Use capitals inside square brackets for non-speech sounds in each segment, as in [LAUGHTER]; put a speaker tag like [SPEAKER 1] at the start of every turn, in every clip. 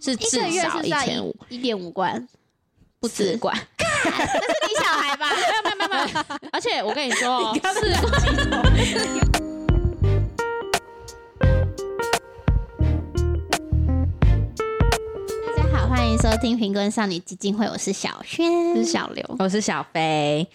[SPEAKER 1] 是
[SPEAKER 2] 一
[SPEAKER 1] 至
[SPEAKER 2] 个月是
[SPEAKER 1] 少
[SPEAKER 2] 不是
[SPEAKER 1] 一
[SPEAKER 2] 要
[SPEAKER 1] 千五，
[SPEAKER 2] 一点五关，不
[SPEAKER 1] 四
[SPEAKER 2] 止， [LAUGHS]
[SPEAKER 1] 罐。
[SPEAKER 2] 那是你小孩吧？
[SPEAKER 1] 没有没有没有没有， [LAUGHS] 而且我跟你说哦，四罐。
[SPEAKER 2] 大家好，欢迎收听贫困少女基金会，我是小轩，
[SPEAKER 1] 是小
[SPEAKER 2] 刘。
[SPEAKER 1] 我是小飞，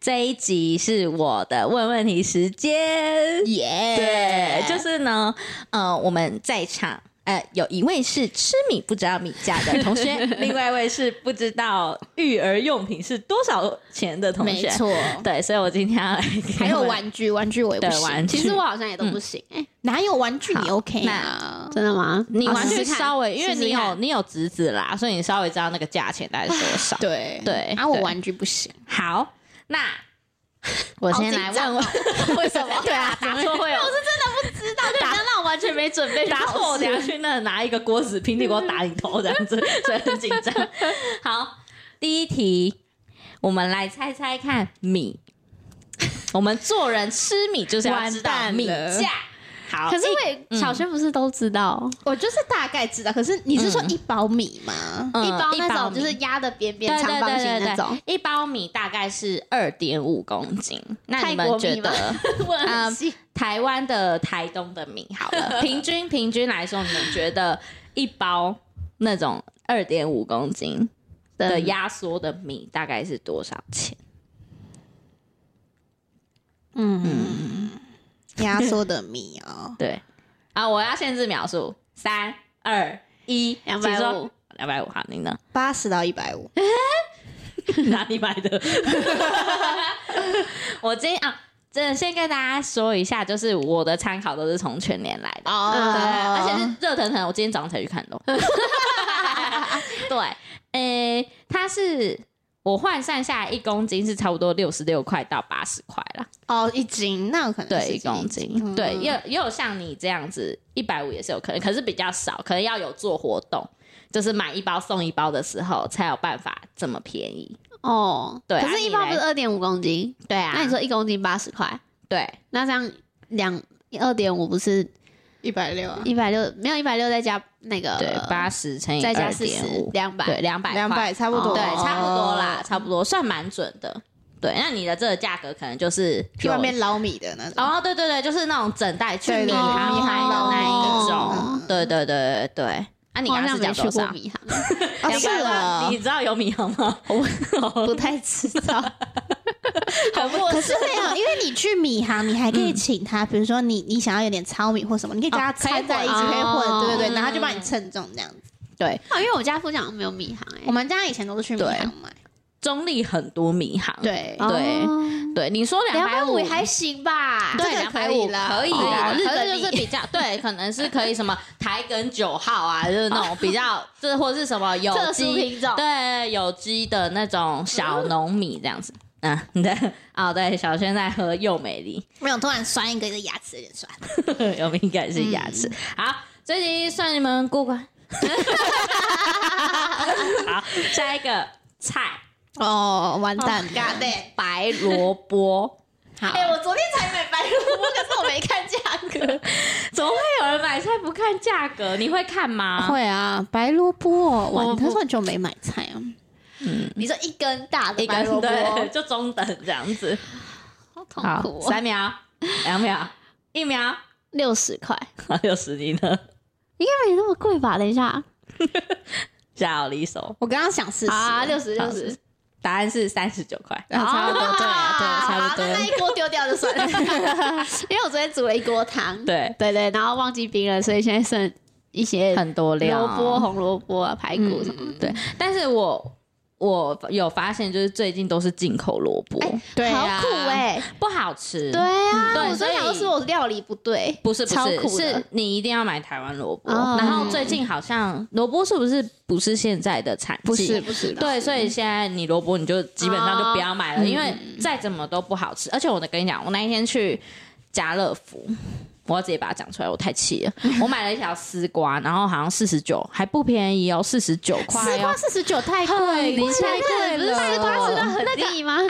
[SPEAKER 1] 这一集是我的问问题时间。
[SPEAKER 2] 耶、
[SPEAKER 1] 对，就是呢，呃，我们在场。呃，有一位是吃米不知道米价的同学，
[SPEAKER 2] [LAUGHS]
[SPEAKER 1] 另外一位是不知道育儿用品是多少钱的同
[SPEAKER 2] 没
[SPEAKER 1] 学。
[SPEAKER 2] 错。
[SPEAKER 1] 对，所以我今天要来
[SPEAKER 2] 还
[SPEAKER 1] 给
[SPEAKER 2] 有
[SPEAKER 1] 我们
[SPEAKER 2] 玩具，玩具我也不
[SPEAKER 1] 对玩
[SPEAKER 2] 行。
[SPEAKER 1] 具
[SPEAKER 2] 其实我好像也都不行。哎、哪有玩具你
[SPEAKER 1] 好
[SPEAKER 2] OK 啊？真的吗？
[SPEAKER 1] 你玩
[SPEAKER 2] 试
[SPEAKER 1] 具
[SPEAKER 2] 试看
[SPEAKER 1] 稍微，因为
[SPEAKER 2] 试试
[SPEAKER 1] 你有
[SPEAKER 2] 看
[SPEAKER 1] 你有侄子啦，所以你稍微知道那个价钱大概是多少。[LAUGHS]
[SPEAKER 2] 对
[SPEAKER 1] 对
[SPEAKER 2] 啊，我
[SPEAKER 1] 对
[SPEAKER 2] 玩具不行。
[SPEAKER 1] 好，那我
[SPEAKER 2] 好
[SPEAKER 1] 先
[SPEAKER 2] 紧
[SPEAKER 1] 来
[SPEAKER 2] 张
[SPEAKER 1] 问问，
[SPEAKER 2] 为什么？
[SPEAKER 1] [LAUGHS] 对啊，打错会有，
[SPEAKER 2] 打让我完全没准备
[SPEAKER 1] 打错我等下去那拿一个锅子平底锅打你头这样子， [LAUGHS] 所以很紧张。好，第一题，我们来猜猜看米。我们做人吃米就是要知道米
[SPEAKER 3] 完蛋了
[SPEAKER 1] 价。好，
[SPEAKER 3] 可是
[SPEAKER 1] 一
[SPEAKER 3] 我也小轩不是都知道，
[SPEAKER 2] 我就是大概知道，可是你是说
[SPEAKER 1] 嗯
[SPEAKER 2] 一包米吗？
[SPEAKER 1] 嗯
[SPEAKER 2] 一包
[SPEAKER 1] 一
[SPEAKER 2] 那
[SPEAKER 1] 包
[SPEAKER 2] 种
[SPEAKER 1] 米
[SPEAKER 2] 就是压的边边
[SPEAKER 1] 对
[SPEAKER 2] 长
[SPEAKER 1] 对
[SPEAKER 2] 方
[SPEAKER 1] 对
[SPEAKER 2] 形
[SPEAKER 1] 对
[SPEAKER 2] 那
[SPEAKER 1] 对，
[SPEAKER 2] 种。
[SPEAKER 1] 一包米大概是二点五公斤。那你
[SPEAKER 2] 泰国
[SPEAKER 1] 们觉
[SPEAKER 2] 米吗
[SPEAKER 1] 得 [LAUGHS]
[SPEAKER 2] 我很
[SPEAKER 1] 嗯
[SPEAKER 2] 细
[SPEAKER 1] 台湾的台东的米好了，平均平均来说，你们觉得一包那种二点五公斤的压缩的米大概是多少钱？，
[SPEAKER 2] 嗯，压缩的米哦
[SPEAKER 1] 对，啊，我要限制秒数，三二一，
[SPEAKER 2] 250，
[SPEAKER 1] 两百五，好，你呢？
[SPEAKER 2] 八十到一百五，
[SPEAKER 1] [LAUGHS] 哪里买的？我今天啊，真的先跟大家说一下，就是我的参考都是从全年来的嗯
[SPEAKER 2] 哦
[SPEAKER 1] 对，而且是热腾腾，我今天早上才去看的哦。 [LAUGHS] 对，诶、它是我换算下来一公斤是差不多六十六块到八十块啦，
[SPEAKER 2] 哦一斤，那有可能是
[SPEAKER 1] 对，一
[SPEAKER 2] 斤
[SPEAKER 1] 公斤，嗯对，也有也有像你这样子一百五也是有可能，可是比较少，可能要有做活动。就是买一包送一包的时候，才有办法这么便宜。
[SPEAKER 3] 哦，
[SPEAKER 1] 对
[SPEAKER 3] 可
[SPEAKER 1] 啊
[SPEAKER 3] 是，一
[SPEAKER 1] 你
[SPEAKER 3] 包
[SPEAKER 1] 嘞
[SPEAKER 3] 不是二点五公斤，
[SPEAKER 1] 对啊，
[SPEAKER 3] 那你说一公斤八十块，
[SPEAKER 1] 对，
[SPEAKER 3] 那这样两二点五不是
[SPEAKER 2] 一百六啊，
[SPEAKER 3] 一百六，没有一百六再加那个
[SPEAKER 1] 对，八十乘以
[SPEAKER 3] 再加四十
[SPEAKER 1] 2.5，
[SPEAKER 3] 两百，
[SPEAKER 1] 对，两百
[SPEAKER 2] 两百差不多，
[SPEAKER 3] 哦
[SPEAKER 1] 对，差不多啦
[SPEAKER 2] 哦，
[SPEAKER 1] 差不多算蛮准的。对，那你的这个价格可能就是
[SPEAKER 2] 去
[SPEAKER 1] 有
[SPEAKER 2] 外面捞米的那种。
[SPEAKER 1] 哦，对对对，就是那种整袋去
[SPEAKER 2] 对
[SPEAKER 1] 米
[SPEAKER 2] 对
[SPEAKER 1] 行
[SPEAKER 3] 对
[SPEAKER 1] 买的那一种
[SPEAKER 2] 哦。
[SPEAKER 1] 对对对对对。啊，你
[SPEAKER 3] 我
[SPEAKER 1] 刚
[SPEAKER 3] 好
[SPEAKER 1] 刚
[SPEAKER 3] 像
[SPEAKER 1] 是
[SPEAKER 3] 没
[SPEAKER 1] 讲
[SPEAKER 3] 去
[SPEAKER 1] 多
[SPEAKER 3] 过
[SPEAKER 1] 少？
[SPEAKER 3] 米行，
[SPEAKER 2] 哦是
[SPEAKER 1] 200
[SPEAKER 2] 哦
[SPEAKER 1] 你知道有米行吗？
[SPEAKER 3] 不太知道。
[SPEAKER 1] 很不
[SPEAKER 2] 可是没有，因为你去米行，你还可以请他，比如说你你想要有点糙米或什么，你可以跟他
[SPEAKER 1] 哦可以
[SPEAKER 2] 掺在一起，
[SPEAKER 3] 混
[SPEAKER 2] 可以
[SPEAKER 3] 哦
[SPEAKER 2] 混，对对对，然后他就帮你称重这样子。
[SPEAKER 1] 对，
[SPEAKER 3] 哦，因为我家附近好像没有米行
[SPEAKER 2] 我
[SPEAKER 3] 哎，
[SPEAKER 2] 们家以前都是去米行买，
[SPEAKER 1] 中立很多米行。
[SPEAKER 2] 对
[SPEAKER 1] 哦 [LAUGHS] 对对，你说两
[SPEAKER 3] 两
[SPEAKER 1] 百
[SPEAKER 3] 百
[SPEAKER 1] 五
[SPEAKER 3] 五还行吧？
[SPEAKER 1] 对，
[SPEAKER 2] 这
[SPEAKER 1] 两
[SPEAKER 2] 个
[SPEAKER 1] 百
[SPEAKER 2] 可
[SPEAKER 1] 五
[SPEAKER 2] 以啦
[SPEAKER 1] 可以
[SPEAKER 3] 哦
[SPEAKER 1] 啦，
[SPEAKER 3] 日
[SPEAKER 1] 可
[SPEAKER 3] 本
[SPEAKER 1] 是就是
[SPEAKER 3] 米
[SPEAKER 1] 比较 [LAUGHS] 对，可能是可以什么台梗九号啊，就是那种比较，这或是什么有
[SPEAKER 3] 特
[SPEAKER 1] 机
[SPEAKER 3] 殊品种
[SPEAKER 1] 对有机的那种小农米这样子。 [LAUGHS] 嗯，对，哦，对，小轩在喝又美丽，
[SPEAKER 2] 没有突然酸一个，这牙齿有点酸。
[SPEAKER 1] [LAUGHS] 有敏感是牙齿。
[SPEAKER 2] 嗯
[SPEAKER 1] 好，这集算你们过关。 [LAUGHS] 好，下一个菜
[SPEAKER 3] 哦，完蛋
[SPEAKER 2] God damn
[SPEAKER 1] 白萝
[SPEAKER 2] [LAUGHS]
[SPEAKER 1] 卜。
[SPEAKER 3] 好
[SPEAKER 2] 哎、我昨天才买白萝卜，可是我没看价
[SPEAKER 1] [LAUGHS]
[SPEAKER 2] 格。
[SPEAKER 1] 怎么会有人买菜不看价格？你会看吗？
[SPEAKER 3] 会啊，白萝
[SPEAKER 2] 哦
[SPEAKER 3] 卜，
[SPEAKER 1] 我
[SPEAKER 3] 我他说很久没买菜啊，
[SPEAKER 2] 你说一根大的
[SPEAKER 1] 一
[SPEAKER 2] 白萝
[SPEAKER 1] 个
[SPEAKER 2] 卜，
[SPEAKER 1] 对，就中等这样子。
[SPEAKER 3] 好痛
[SPEAKER 1] 好
[SPEAKER 2] 啊
[SPEAKER 3] 苦，哦。
[SPEAKER 1] 三秒，两秒，一秒， [LAUGHS]
[SPEAKER 3] 六十块，
[SPEAKER 1] 六十你呢？
[SPEAKER 3] 应该没那么贵吧？等一
[SPEAKER 1] 啊
[SPEAKER 3] 下，
[SPEAKER 1] 下离手，
[SPEAKER 2] 我刚刚想试试，
[SPEAKER 3] 啊，六十六十，
[SPEAKER 1] 答案是三十九块。
[SPEAKER 2] 啊差不多，对啊，对啊，
[SPEAKER 3] 啊
[SPEAKER 2] 差不多。
[SPEAKER 3] 哦那那
[SPEAKER 2] 一锅丢掉就算了。
[SPEAKER 3] [LAUGHS] 因为我昨天煮了一锅汤，
[SPEAKER 1] 对，
[SPEAKER 3] 对对，然后忘记冰了，所以现在剩一些
[SPEAKER 1] 很多料，
[SPEAKER 3] 萝卜、红萝卜啊、排骨什么的。
[SPEAKER 1] 对，但是我我有发现，就是最近都是进口萝卜，
[SPEAKER 2] 对啊
[SPEAKER 3] 好苦哎！
[SPEAKER 1] 不好吃。
[SPEAKER 3] 对。啊，
[SPEAKER 1] 对
[SPEAKER 3] 我昨天想
[SPEAKER 1] 所以
[SPEAKER 3] 说是我料理不对，
[SPEAKER 1] 不是不
[SPEAKER 3] 超
[SPEAKER 1] 是，
[SPEAKER 3] 苦的
[SPEAKER 1] 是你一定要买台湾萝卜。
[SPEAKER 3] 哦
[SPEAKER 1] 然后最近好像萝卜是不是不是现在的产季？
[SPEAKER 3] 不是不是，
[SPEAKER 1] 对，所以现在你萝卜你就基本上就不要买了，因为再怎么都不好吃。而且我跟你讲，我那一天去家乐福，我要直接把它讲出来，我太气了。 [LAUGHS] 我买了一条丝瓜，然后好像四十九，还不便宜哦，四十九块
[SPEAKER 3] 丝
[SPEAKER 1] 哦
[SPEAKER 3] 瓜。四十九太贵了，
[SPEAKER 1] 太贵了
[SPEAKER 3] 太
[SPEAKER 1] 太贵
[SPEAKER 3] 贵了，丝
[SPEAKER 1] 了
[SPEAKER 3] 瓜吃到很低吗？
[SPEAKER 1] 阿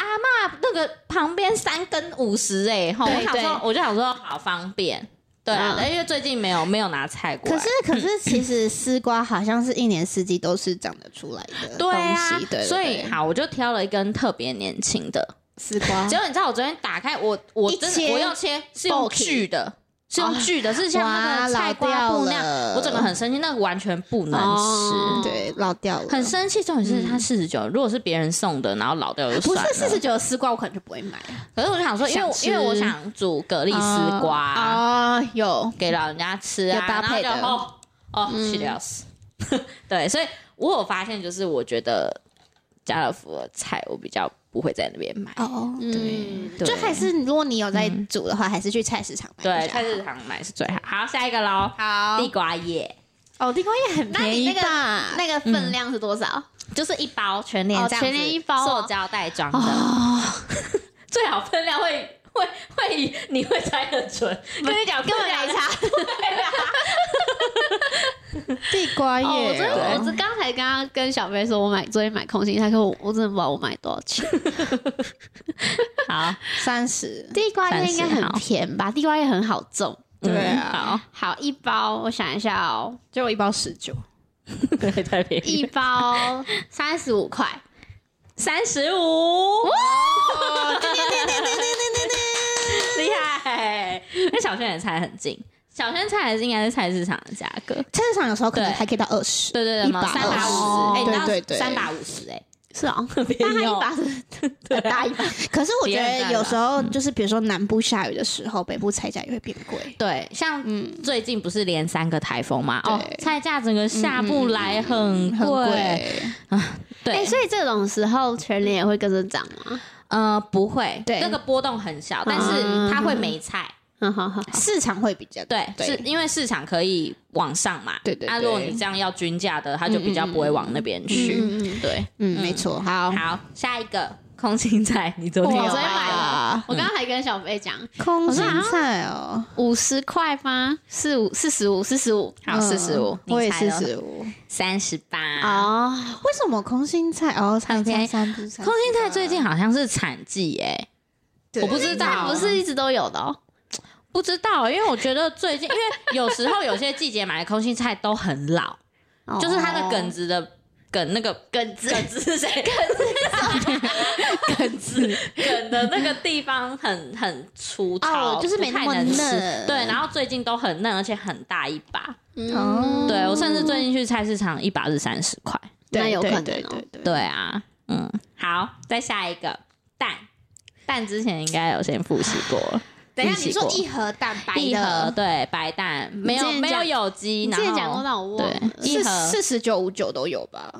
[SPEAKER 1] 妈那个旁边三根五十哎，吼，我
[SPEAKER 3] 对
[SPEAKER 1] 想
[SPEAKER 3] 对
[SPEAKER 1] 说，我就想说好方便。对啊，
[SPEAKER 3] 嗯
[SPEAKER 1] 因为最近没有没有拿菜过
[SPEAKER 2] 可
[SPEAKER 1] 来。
[SPEAKER 2] 是可是，其实丝瓜好像是一年四季都是长得出来的东
[SPEAKER 1] 对啊
[SPEAKER 2] 西，对对
[SPEAKER 1] 所以
[SPEAKER 2] 对
[SPEAKER 1] 好，我就挑了一根特别年轻的。
[SPEAKER 2] 丝瓜
[SPEAKER 1] 结果你知道，我昨天打开我我
[SPEAKER 2] 一
[SPEAKER 1] 真
[SPEAKER 2] 切
[SPEAKER 1] 的我要切是用
[SPEAKER 2] bulky
[SPEAKER 1] 锯的，是用锯的，是像那
[SPEAKER 2] 哇
[SPEAKER 1] 个菜瓜
[SPEAKER 2] 老掉
[SPEAKER 1] 布那样。
[SPEAKER 2] 了
[SPEAKER 1] 我整个很生气，那个完全不能
[SPEAKER 3] 哦
[SPEAKER 1] 吃，
[SPEAKER 2] 对老掉了，
[SPEAKER 1] 很生气。重点是它四十九，如果是别人送的，然后老掉就
[SPEAKER 2] 嗯不
[SPEAKER 1] 算了。
[SPEAKER 2] 是四十九丝瓜，我可能就不会买
[SPEAKER 1] 可是我就想说，因为我
[SPEAKER 3] 想吃
[SPEAKER 1] 因为我想煮蛤蜊丝瓜啊、
[SPEAKER 2] 啊，哦有
[SPEAKER 1] 给老人家吃啊，
[SPEAKER 2] 有搭配的嗯
[SPEAKER 1] 然后就哦，哦气得要死。 [LAUGHS] 对，所以我有发现，就是我觉得家乐福的菜我比较不会在那边买，
[SPEAKER 2] 哦。
[SPEAKER 3] 嗯，
[SPEAKER 1] 对
[SPEAKER 2] 就还是如果你有在煮的话，还是去菜市场买比较好。
[SPEAKER 1] 对菜市场买是最好。好，下一个喽，
[SPEAKER 2] 好
[SPEAKER 1] 地瓜叶
[SPEAKER 2] 哦，地瓜叶很
[SPEAKER 3] 那你那个
[SPEAKER 2] 吧？
[SPEAKER 3] 那个分量是多少？
[SPEAKER 1] 就是一包全年
[SPEAKER 3] 哦
[SPEAKER 1] 这样子
[SPEAKER 3] 全年一包哦
[SPEAKER 1] 塑胶袋装的， [LAUGHS] 最好分量会。会会，你会猜得准。
[SPEAKER 3] 嗯
[SPEAKER 1] 跟你讲，
[SPEAKER 3] 根本没 [LAUGHS] 差。
[SPEAKER 2] 地瓜
[SPEAKER 3] 哦，我
[SPEAKER 2] 叶
[SPEAKER 3] 真的，我
[SPEAKER 2] 哦，
[SPEAKER 3] 这刚才刚刚跟小飞说，我买昨天买空心菜，可我我真的不知道我买多少钱。
[SPEAKER 1] [LAUGHS] 好，
[SPEAKER 2] 三十，
[SPEAKER 3] 地瓜叶应该
[SPEAKER 1] 30好
[SPEAKER 3] 很甜吧？地瓜叶很好种。
[SPEAKER 2] 对
[SPEAKER 1] 嗯
[SPEAKER 2] 啊
[SPEAKER 1] 好，
[SPEAKER 3] 好，一包我想一下哦，
[SPEAKER 2] 结果一包十九，
[SPEAKER 1] 对， [LAUGHS] 太便宜，
[SPEAKER 3] 一包三十五块，
[SPEAKER 1] 三十五，
[SPEAKER 2] 哦
[SPEAKER 1] 厉害！那小轩也猜很近，小轩猜的是应该是菜市场的价格，
[SPEAKER 2] 菜市场有时候可能
[SPEAKER 1] 对
[SPEAKER 2] 还可以到二十，
[SPEAKER 1] 对对
[SPEAKER 2] 一
[SPEAKER 1] 对，
[SPEAKER 2] 把
[SPEAKER 1] 三把
[SPEAKER 3] 哦
[SPEAKER 1] 五十，哎，你知道
[SPEAKER 2] 对对对
[SPEAKER 1] 三把五十，哎，
[SPEAKER 3] 是哦，
[SPEAKER 1] 特别
[SPEAKER 3] 那它
[SPEAKER 1] 有
[SPEAKER 3] 一哎把是很大一把，
[SPEAKER 2] [LAUGHS] 可是我觉
[SPEAKER 1] 别人嗯
[SPEAKER 2] 得
[SPEAKER 1] 带
[SPEAKER 2] 有
[SPEAKER 1] 吧
[SPEAKER 2] 时候就是，比如说南部下雨的时候，北部菜价也会变贵。
[SPEAKER 1] 对，像最近不是连三个台风嘛，哦
[SPEAKER 2] 嗯对，嗯
[SPEAKER 1] 菜价整个下不来，很
[SPEAKER 2] 很
[SPEAKER 1] 贵。
[SPEAKER 2] 贵，
[SPEAKER 3] 哎，
[SPEAKER 1] 对，
[SPEAKER 3] 所以这种时候全年也会跟着涨吗？
[SPEAKER 1] 呃，不会，
[SPEAKER 2] 对啊
[SPEAKER 1] 那个波动很小，但是
[SPEAKER 3] 嗯
[SPEAKER 1] 它会没菜。
[SPEAKER 3] 嗯，好好，
[SPEAKER 2] 市场会比较
[SPEAKER 1] 对，
[SPEAKER 2] 对
[SPEAKER 1] 是因为市场可以往上嘛。
[SPEAKER 2] 对对
[SPEAKER 1] 那如果
[SPEAKER 2] 对
[SPEAKER 1] 你这样要均价的，它就比较不会往那边去。
[SPEAKER 3] 嗯嗯，
[SPEAKER 1] 对，
[SPEAKER 2] 嗯，哦没错。好，
[SPEAKER 1] 好，下一个空心菜，你昨天
[SPEAKER 3] 我
[SPEAKER 1] 有
[SPEAKER 3] 昨天
[SPEAKER 1] 买
[SPEAKER 3] 买
[SPEAKER 1] 吗？
[SPEAKER 3] 了，我刚刚还跟小飞讲，
[SPEAKER 2] 空
[SPEAKER 3] 心
[SPEAKER 2] 心菜哦，
[SPEAKER 3] 五十块吗？四五四十五四十五嗯
[SPEAKER 1] 好，啊四十五，
[SPEAKER 2] 嗯我也四十五。
[SPEAKER 1] 三十八。
[SPEAKER 3] 哦，
[SPEAKER 2] 为什么空心菜哦才
[SPEAKER 1] 很便宜
[SPEAKER 2] 三不是三
[SPEAKER 1] 空心菜最近好像是产季哎，
[SPEAKER 2] 对哦
[SPEAKER 1] 我不知道，
[SPEAKER 3] 不是一直都有的哦，
[SPEAKER 1] 不知道，因为我觉得最近，因为有时候有些季节买的空心菜都很老，
[SPEAKER 2] 哦
[SPEAKER 1] 就是它的梗子的梗那个梗子梗子是谁？梗子梗子梗的那个地方很很粗糙，
[SPEAKER 2] 哦就是没那么
[SPEAKER 1] 不太能吃
[SPEAKER 2] 嫩
[SPEAKER 1] 对，然后最近都很嫩，而且很大一把。
[SPEAKER 2] 哦
[SPEAKER 3] 嗯，
[SPEAKER 1] 对我甚至最近去菜市场，一把是三十块。
[SPEAKER 3] 那有可能哦
[SPEAKER 2] 对对对对
[SPEAKER 1] 对啊，嗯，好，再下一个蛋。蛋之前应该有先复习过了，
[SPEAKER 2] 等一下，
[SPEAKER 1] 复习
[SPEAKER 2] 你
[SPEAKER 1] 过
[SPEAKER 2] 说一盒蛋白
[SPEAKER 1] 一盒
[SPEAKER 2] 的，
[SPEAKER 1] 对白蛋，没有
[SPEAKER 3] 之前
[SPEAKER 1] 没有
[SPEAKER 3] 讲
[SPEAKER 1] 有机，
[SPEAKER 3] 你哦
[SPEAKER 1] 然
[SPEAKER 3] 之
[SPEAKER 1] 后
[SPEAKER 3] 前讲过，但我忘了
[SPEAKER 1] 对，一盒
[SPEAKER 2] 四十九五九都有吧？